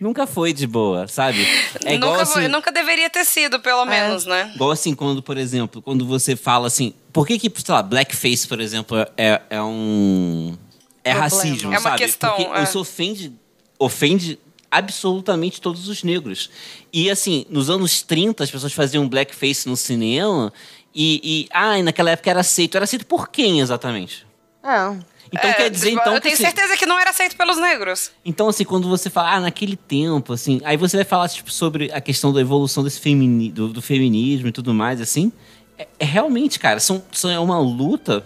C: Nunca foi de boa, sabe? É igual
B: nunca,
C: assim,
B: nunca deveria ter sido, pelo
A: É.
B: menos, né?
C: Igual assim, quando, por exemplo, quando você fala assim, por que que, sei lá, blackface, por exemplo, é, é um... É
A: Problema.
C: racismo,
B: É uma
C: sabe?
B: questão,
C: Porque
B: é.
C: isso ofende, ofende absolutamente todos os negros. E assim, nos anos 30, as pessoas faziam blackface no cinema e, e ah, e naquela época era aceito. Era aceito por quem, exatamente?
A: É.
C: Então
B: É,
C: quer dizer,
B: tipo,
C: então...
B: Eu
C: que,
B: tenho
C: assim,
B: certeza que não era aceito pelos negros.
C: então, assim, quando você fala, ah, naquele tempo, assim, aí você vai falar tipo, sobre a questão da evolução desse femini do, do feminismo e tudo mais, assim. É, é realmente, cara, são, são, é uma luta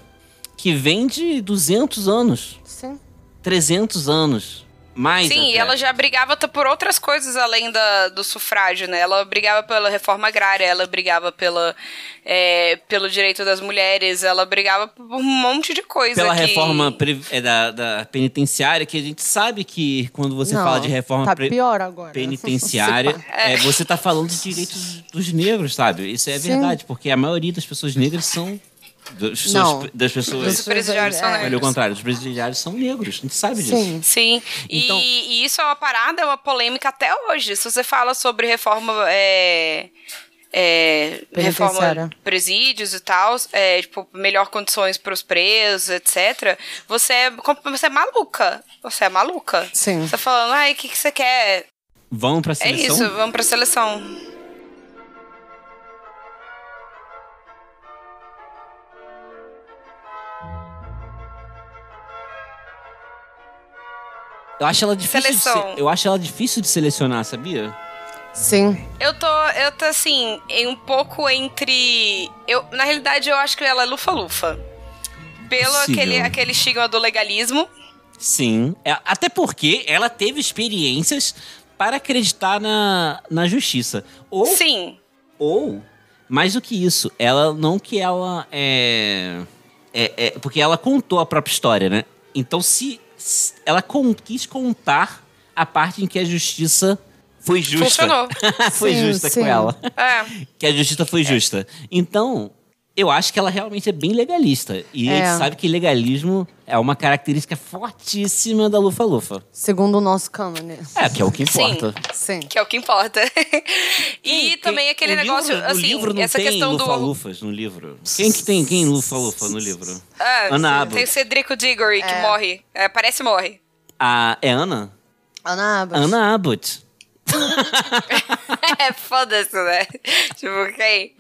C: que vem de 200 anos,
A: Sim.
C: 300 anos, mais
B: Sim, e
C: até.
B: ela já brigava t- por outras coisas além da, do sufrágio, né? Ela brigava pela reforma agrária, ela brigava pela, é, pelo direito das mulheres, ela brigava por um monte de coisa.
C: pela
B: que-
C: reforma pre- é, da, da penitenciária, que a gente sabe que quando você
A: Não,
C: fala de reforma
A: tá
C: pre-
A: pior agora.
C: penitenciária, é, você tá falando de direitos dos negros, sabe? Isso é
A: Sim.
C: verdade, porque a maioria das pessoas negras são... Das pessoas...
A: Não.
C: Das
B: Dos
C: pessoas
B: presidiários são
A: É.
C: olha, o
B: negros.
C: contrário, os presidiários são negros, a gente sabe disso.
A: Sim.
B: Sim, e,
C: Então-
B: e isso é uma parada, é uma polêmica até hoje. Se você fala sobre reforma. É, é, reforma
A: Penitenciária.
B: presídios e tal, é, tipo, melhor condições para os presos, etc. Você é, com- você é maluca. Você é maluca.
A: Sim.
B: Você tá falando, ai, o que, que você quer?
C: Vamos pra
B: É
C: seleção?
B: isso, vamos pra seleção.
C: Eu acho ela difícil.
B: Seleção.
C: De se- Eu acho ela difícil de selecionar, sabia?
A: Sim.
B: Eu tô, eu tô assim, em um pouco entre. Eu, na realidade, eu acho que ela é lufa-lufa. Pelo
C: Possível.
B: aquele, aquele estigma do legalismo.
C: Sim. É, até porque ela teve experiências para acreditar na, na justiça. Ou,
B: Sim.
C: ou, mais do que isso, ela não que ela é, é, é- Porque ela contou a própria história, né? Então, se, se ela con- quis contar a parte em que a justiça foi justa.
B: Funcionou.
C: foi
A: Sim,
C: justa
A: sim.
C: com ela.
B: É.
C: que a justiça foi justa. Então, eu acho que ela realmente é bem legalista. E a
A: É.
C: gente sabe que legalismo é uma característica fortíssima da Lufa-Lufa.
A: Segundo o nosso cânone.
C: É, que é o que
B: Sim.
C: importa.
A: Sim.
B: Que é o que importa. e
C: Quem-
B: também
C: quem-
B: aquele
C: o
B: negócio,
C: livro,
B: assim,
C: no livro não
B: essa
C: tem
B: questão do.
C: Lufa-Lufas no livro. Quem que tem quem Lufa-Lufa no livro?
B: Ah, tem
C: Ana
B: o
C: Abbott.
B: Cedrico Diggory, que morre. É, parece morre.
C: A, é Ana?
A: Ana Abbas.
C: Ana Abbott.
B: é foda-se, né? tipo, quem?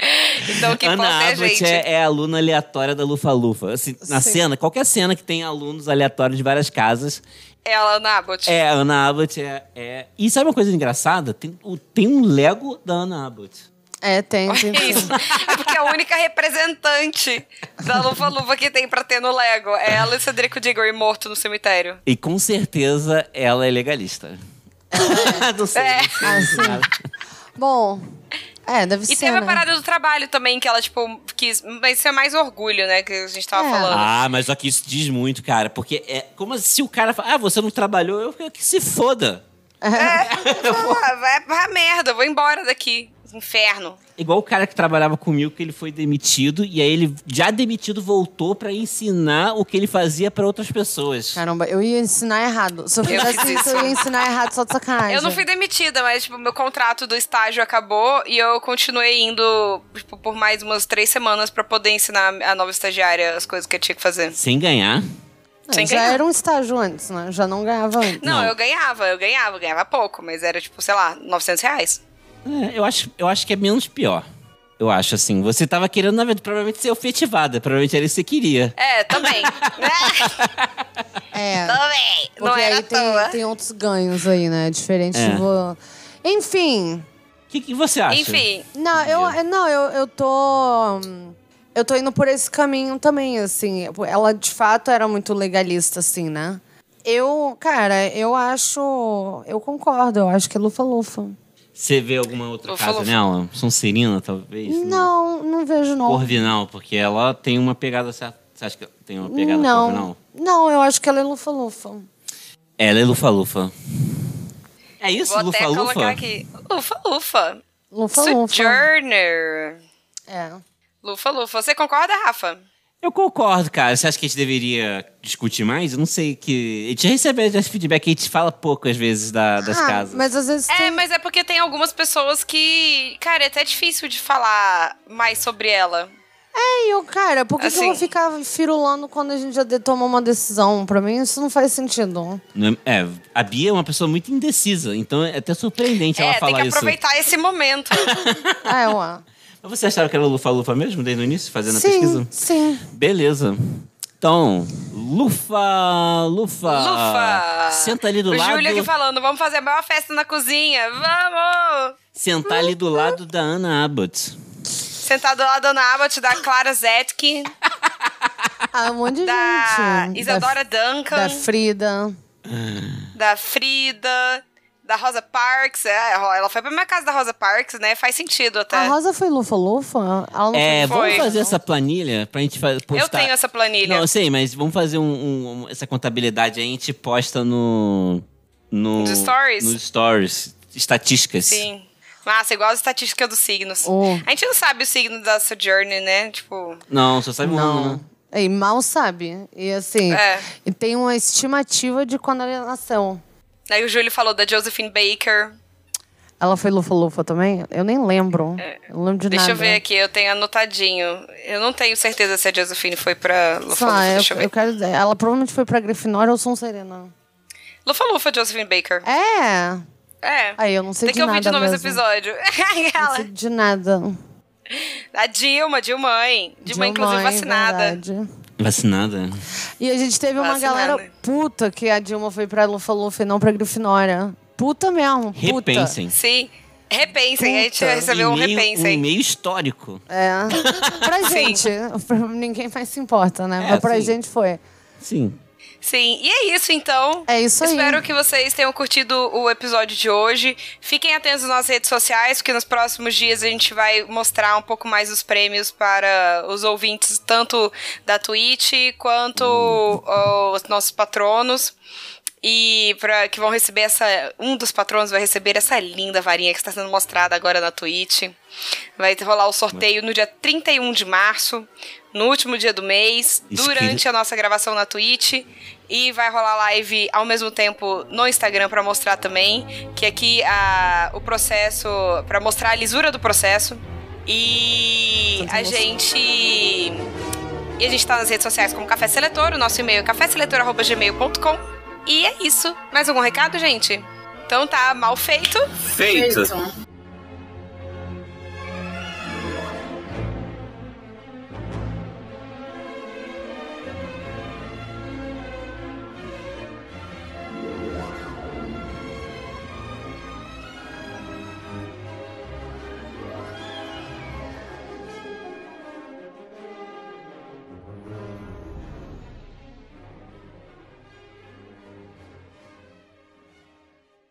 B: Então, o que importa
C: Ana
B: é a
C: Abbott
B: gente.
C: é, é a aluna aleatória da Lufa-Lufa. Assim, na
A: Sim.
C: cena, qualquer cena que tem alunos aleatórios de várias casas,
B: Ela, Ana Abbott.
C: É, a Ana Abbott é, é- E sabe uma coisa engraçada? Tem, o- tem um Lego da Ana Abbott.
A: É, tem. tem
B: É Isso. É porque é a única representante da luva-luva que tem pra ter no Lego. É ela e o Cedrico Diggory morto no cemitério.
C: E com certeza ela é legalista. não sei.
B: É.
C: não sei nada.
A: Bom. É, deve
B: E
A: ser.
B: teve a
A: né?
B: parada do trabalho também, que ela, tipo, quis. Mas isso é mais orgulho, né? Que a gente tava
A: É.
B: falando.
C: Ah, mas só que isso diz muito, cara. Porque é como se o cara fala, ah, você não trabalhou, eu quero que se foda.
A: É.
B: Ah, vai pra merda, eu vou embora daqui. Inferno.
C: Igual o cara que trabalhava comigo, que ele foi demitido, e aí ele, já demitido, voltou pra ensinar o que ele fazia pra outras pessoas.
A: Caramba, eu ia ensinar errado. Se eu
B: Eu
A: fizesse
B: fiz
A: isso, eu ia ensinar errado só de sacanagem.
B: Eu não fui demitida, mas, tipo, meu contrato do estágio acabou e eu continuei indo, tipo, por mais umas três semanas pra poder ensinar a nova estagiária as coisas que eu tinha que fazer.
C: Sem ganhar.
A: É,
B: sem
A: já
B: ganhar.
A: era um estágio antes, né? Já não ganhava antes.
B: Não,
C: Não.
B: eu ganhava, eu ganhava, eu ganhava pouco, mas era, tipo, sei lá, 900 reais.
C: É, eu, acho, eu acho que é menos pior. Eu acho assim. Você tava querendo, na verdade, provavelmente ser ofetivada. Provavelmente era isso que você queria.
B: É, também. né?
A: É.
B: também. Não
A: porque
B: era
A: aí
B: à toa.
A: tem, tem outros ganhos aí, né? Diferente
C: É.
A: de. vo- Enfim.
C: O que, que você acha?
B: Enfim,
A: Não, eu, não eu, eu tô. hum, Eu tô indo por esse caminho também, assim. Ela de fato era muito legalista, assim, né? Eu, cara, eu acho. Eu concordo, eu acho que é lufa-lufa.
C: Você vê alguma outra
B: Eu
C: casa
B: falo-
C: nela? Sonserina, talvez?
A: Não, não vejo, não.
C: Corvinal, porque ela tem uma pegada certa. Você acha que ela tem uma pegada
A: não.
C: Corvinal?
A: não, eu acho que ela é lufa-lufa.
C: Ela é Lufa-Lufa. É isso,
B: vou até colocar
C: Lufa-Lufa?
B: aqui. Lufa, lufa.
A: Lufa-lufa.
B: Sojourner.
A: É.
B: Lufa, lufa. Você concorda, Rafa?
C: Eu concordo, cara. Você acha que a gente deveria discutir mais? Eu não sei que. A gente já recebe esse feedback, a gente fala pouco às vezes da- das
A: Ah,
C: casas.
A: Mas às vezes
B: É,
A: tem.
B: mas é porque tem algumas pessoas que. Cara, é até difícil de falar mais sobre ela.
A: Ei, eu, cara, por que, que
B: Assim.
A: eu vou ficar firulando quando a gente já de- tomou uma decisão? Pra mim, isso não faz sentido.
C: Não É, é, a Bia é uma pessoa muito indecisa, então é até surpreendente ela
B: é, tem
C: falar
B: que
C: isso.
B: aproveitar esse momento.
A: Ah, é, ué.
C: Mas Você achava que era Lufa-Lufa mesmo, desde o início, fazendo a
A: sim,
C: pesquisa?
A: sim.
C: Beleza. Então, Lufa, Lufa.
B: Lufa!
C: Senta ali do
B: o
C: lado.
B: Júlio aqui falando, vamos fazer a maior festa na cozinha. Vamos!
C: Sentar ali do lado da Ana Abbott.
B: Sentado lá, Dona Abbott, da Clara Zetkin.
A: Ah, um monte de
B: da
A: gente.
B: Isadora Duncan,
A: Da
B: da,
A: Frida.
B: Frida, da Rosa Parks. É, ela foi pra minha casa da Rosa Parks, né? Faz sentido até.
A: A Rosa foi lufa-lufa? Ela não
C: É,
A: foi
C: vamos
B: Foi.
C: fazer essa planilha pra gente fa- postar.
B: Eu tenho essa planilha.
C: Não, eu sei, mas vamos fazer um- um- um- essa contabilidade aí, a gente posta no. no
B: Nos stories?
C: Nos stories. Estatísticas.
B: Sim. Nossa, igual as estatísticas dos signos.
A: Oh.
B: A gente não sabe o signo da Sojourner, né? Tipo,
C: Não, só sabe um.
A: Não.
C: né?
A: E mal sabe. E assim,
B: É.
A: e tem uma estimativa de quando ela nasceu.
B: aí o Júlio falou da Josephine Baker.
A: Ela foi lufa-lufa também? Eu nem lembro. Eu não lembro de
B: É. Deixa eu
A: nada.
B: ver aqui, eu tenho anotadinho. Eu não tenho certeza se a Josephine foi pra Lufa
A: Sei lá,
B: Lufa,
A: eu,
B: deixa eu ver.
A: eu quero dizer, ela provavelmente foi pra Grifinória ou Sonserina.
B: Lufa Lufa, Josephine Baker.
A: É!
B: É.
A: Aí eu não sei
B: Tem
A: de
B: que ouvir
A: nada
B: de novo esse
A: mesmo.
B: episódio.
A: Não
B: Ela.
A: sei de nada.
B: A Dilma, Dilmãe. Dilma,
A: De
B: inclusive,
A: mãe,
B: vacinada.
A: verdade.
C: Vacinada.
A: E a gente teve uma
B: Vacinada.
A: galera puta que a Dilma foi pra Lufa-Lufa e não pra Grifinória. Puta mesmo, puta.
C: Repensem.
B: Sim. Repensem, a gente
A: Puta.
B: recebeu um
C: E-mail-
B: repensem.
C: Um meio histórico.
A: É. Pra
B: Sim.
A: gente, pra- ninguém mais se importa, né?
C: É,
A: Mas pra
C: sim.
A: gente foi.
C: Sim.
B: Sim, e é isso então.
A: É isso aí.
B: Espero que vocês tenham curtido o episódio de hoje. Fiquem atentos nas nossas redes sociais, porque nos próximos dias a gente vai mostrar um pouco mais os prêmios para os ouvintes, tanto da Twitch quanto
A: Hum.
B: os nossos patronos. E para que vão receber essa. Um dos patronos vai receber essa linda varinha que está sendo mostrada agora na Twitch. Vai rolar o sorteio no dia 31 de março, no último dia do mês,
C: Isso que-
B: durante a nossa gravação na Twitch. E vai rolar live ao mesmo tempo no Instagram para mostrar também. Que aqui a, o processo. para mostrar a lisura do processo. E
A: Tanto
B: a
A: emoção.
B: gente. E a gente tá nas redes sociais como Café Seletor, o nosso e-mail é caféseletor.gmail.com. E é isso. Mais algum recado, gente? Então tá, mal feito.
D: Feito.
E: Feito.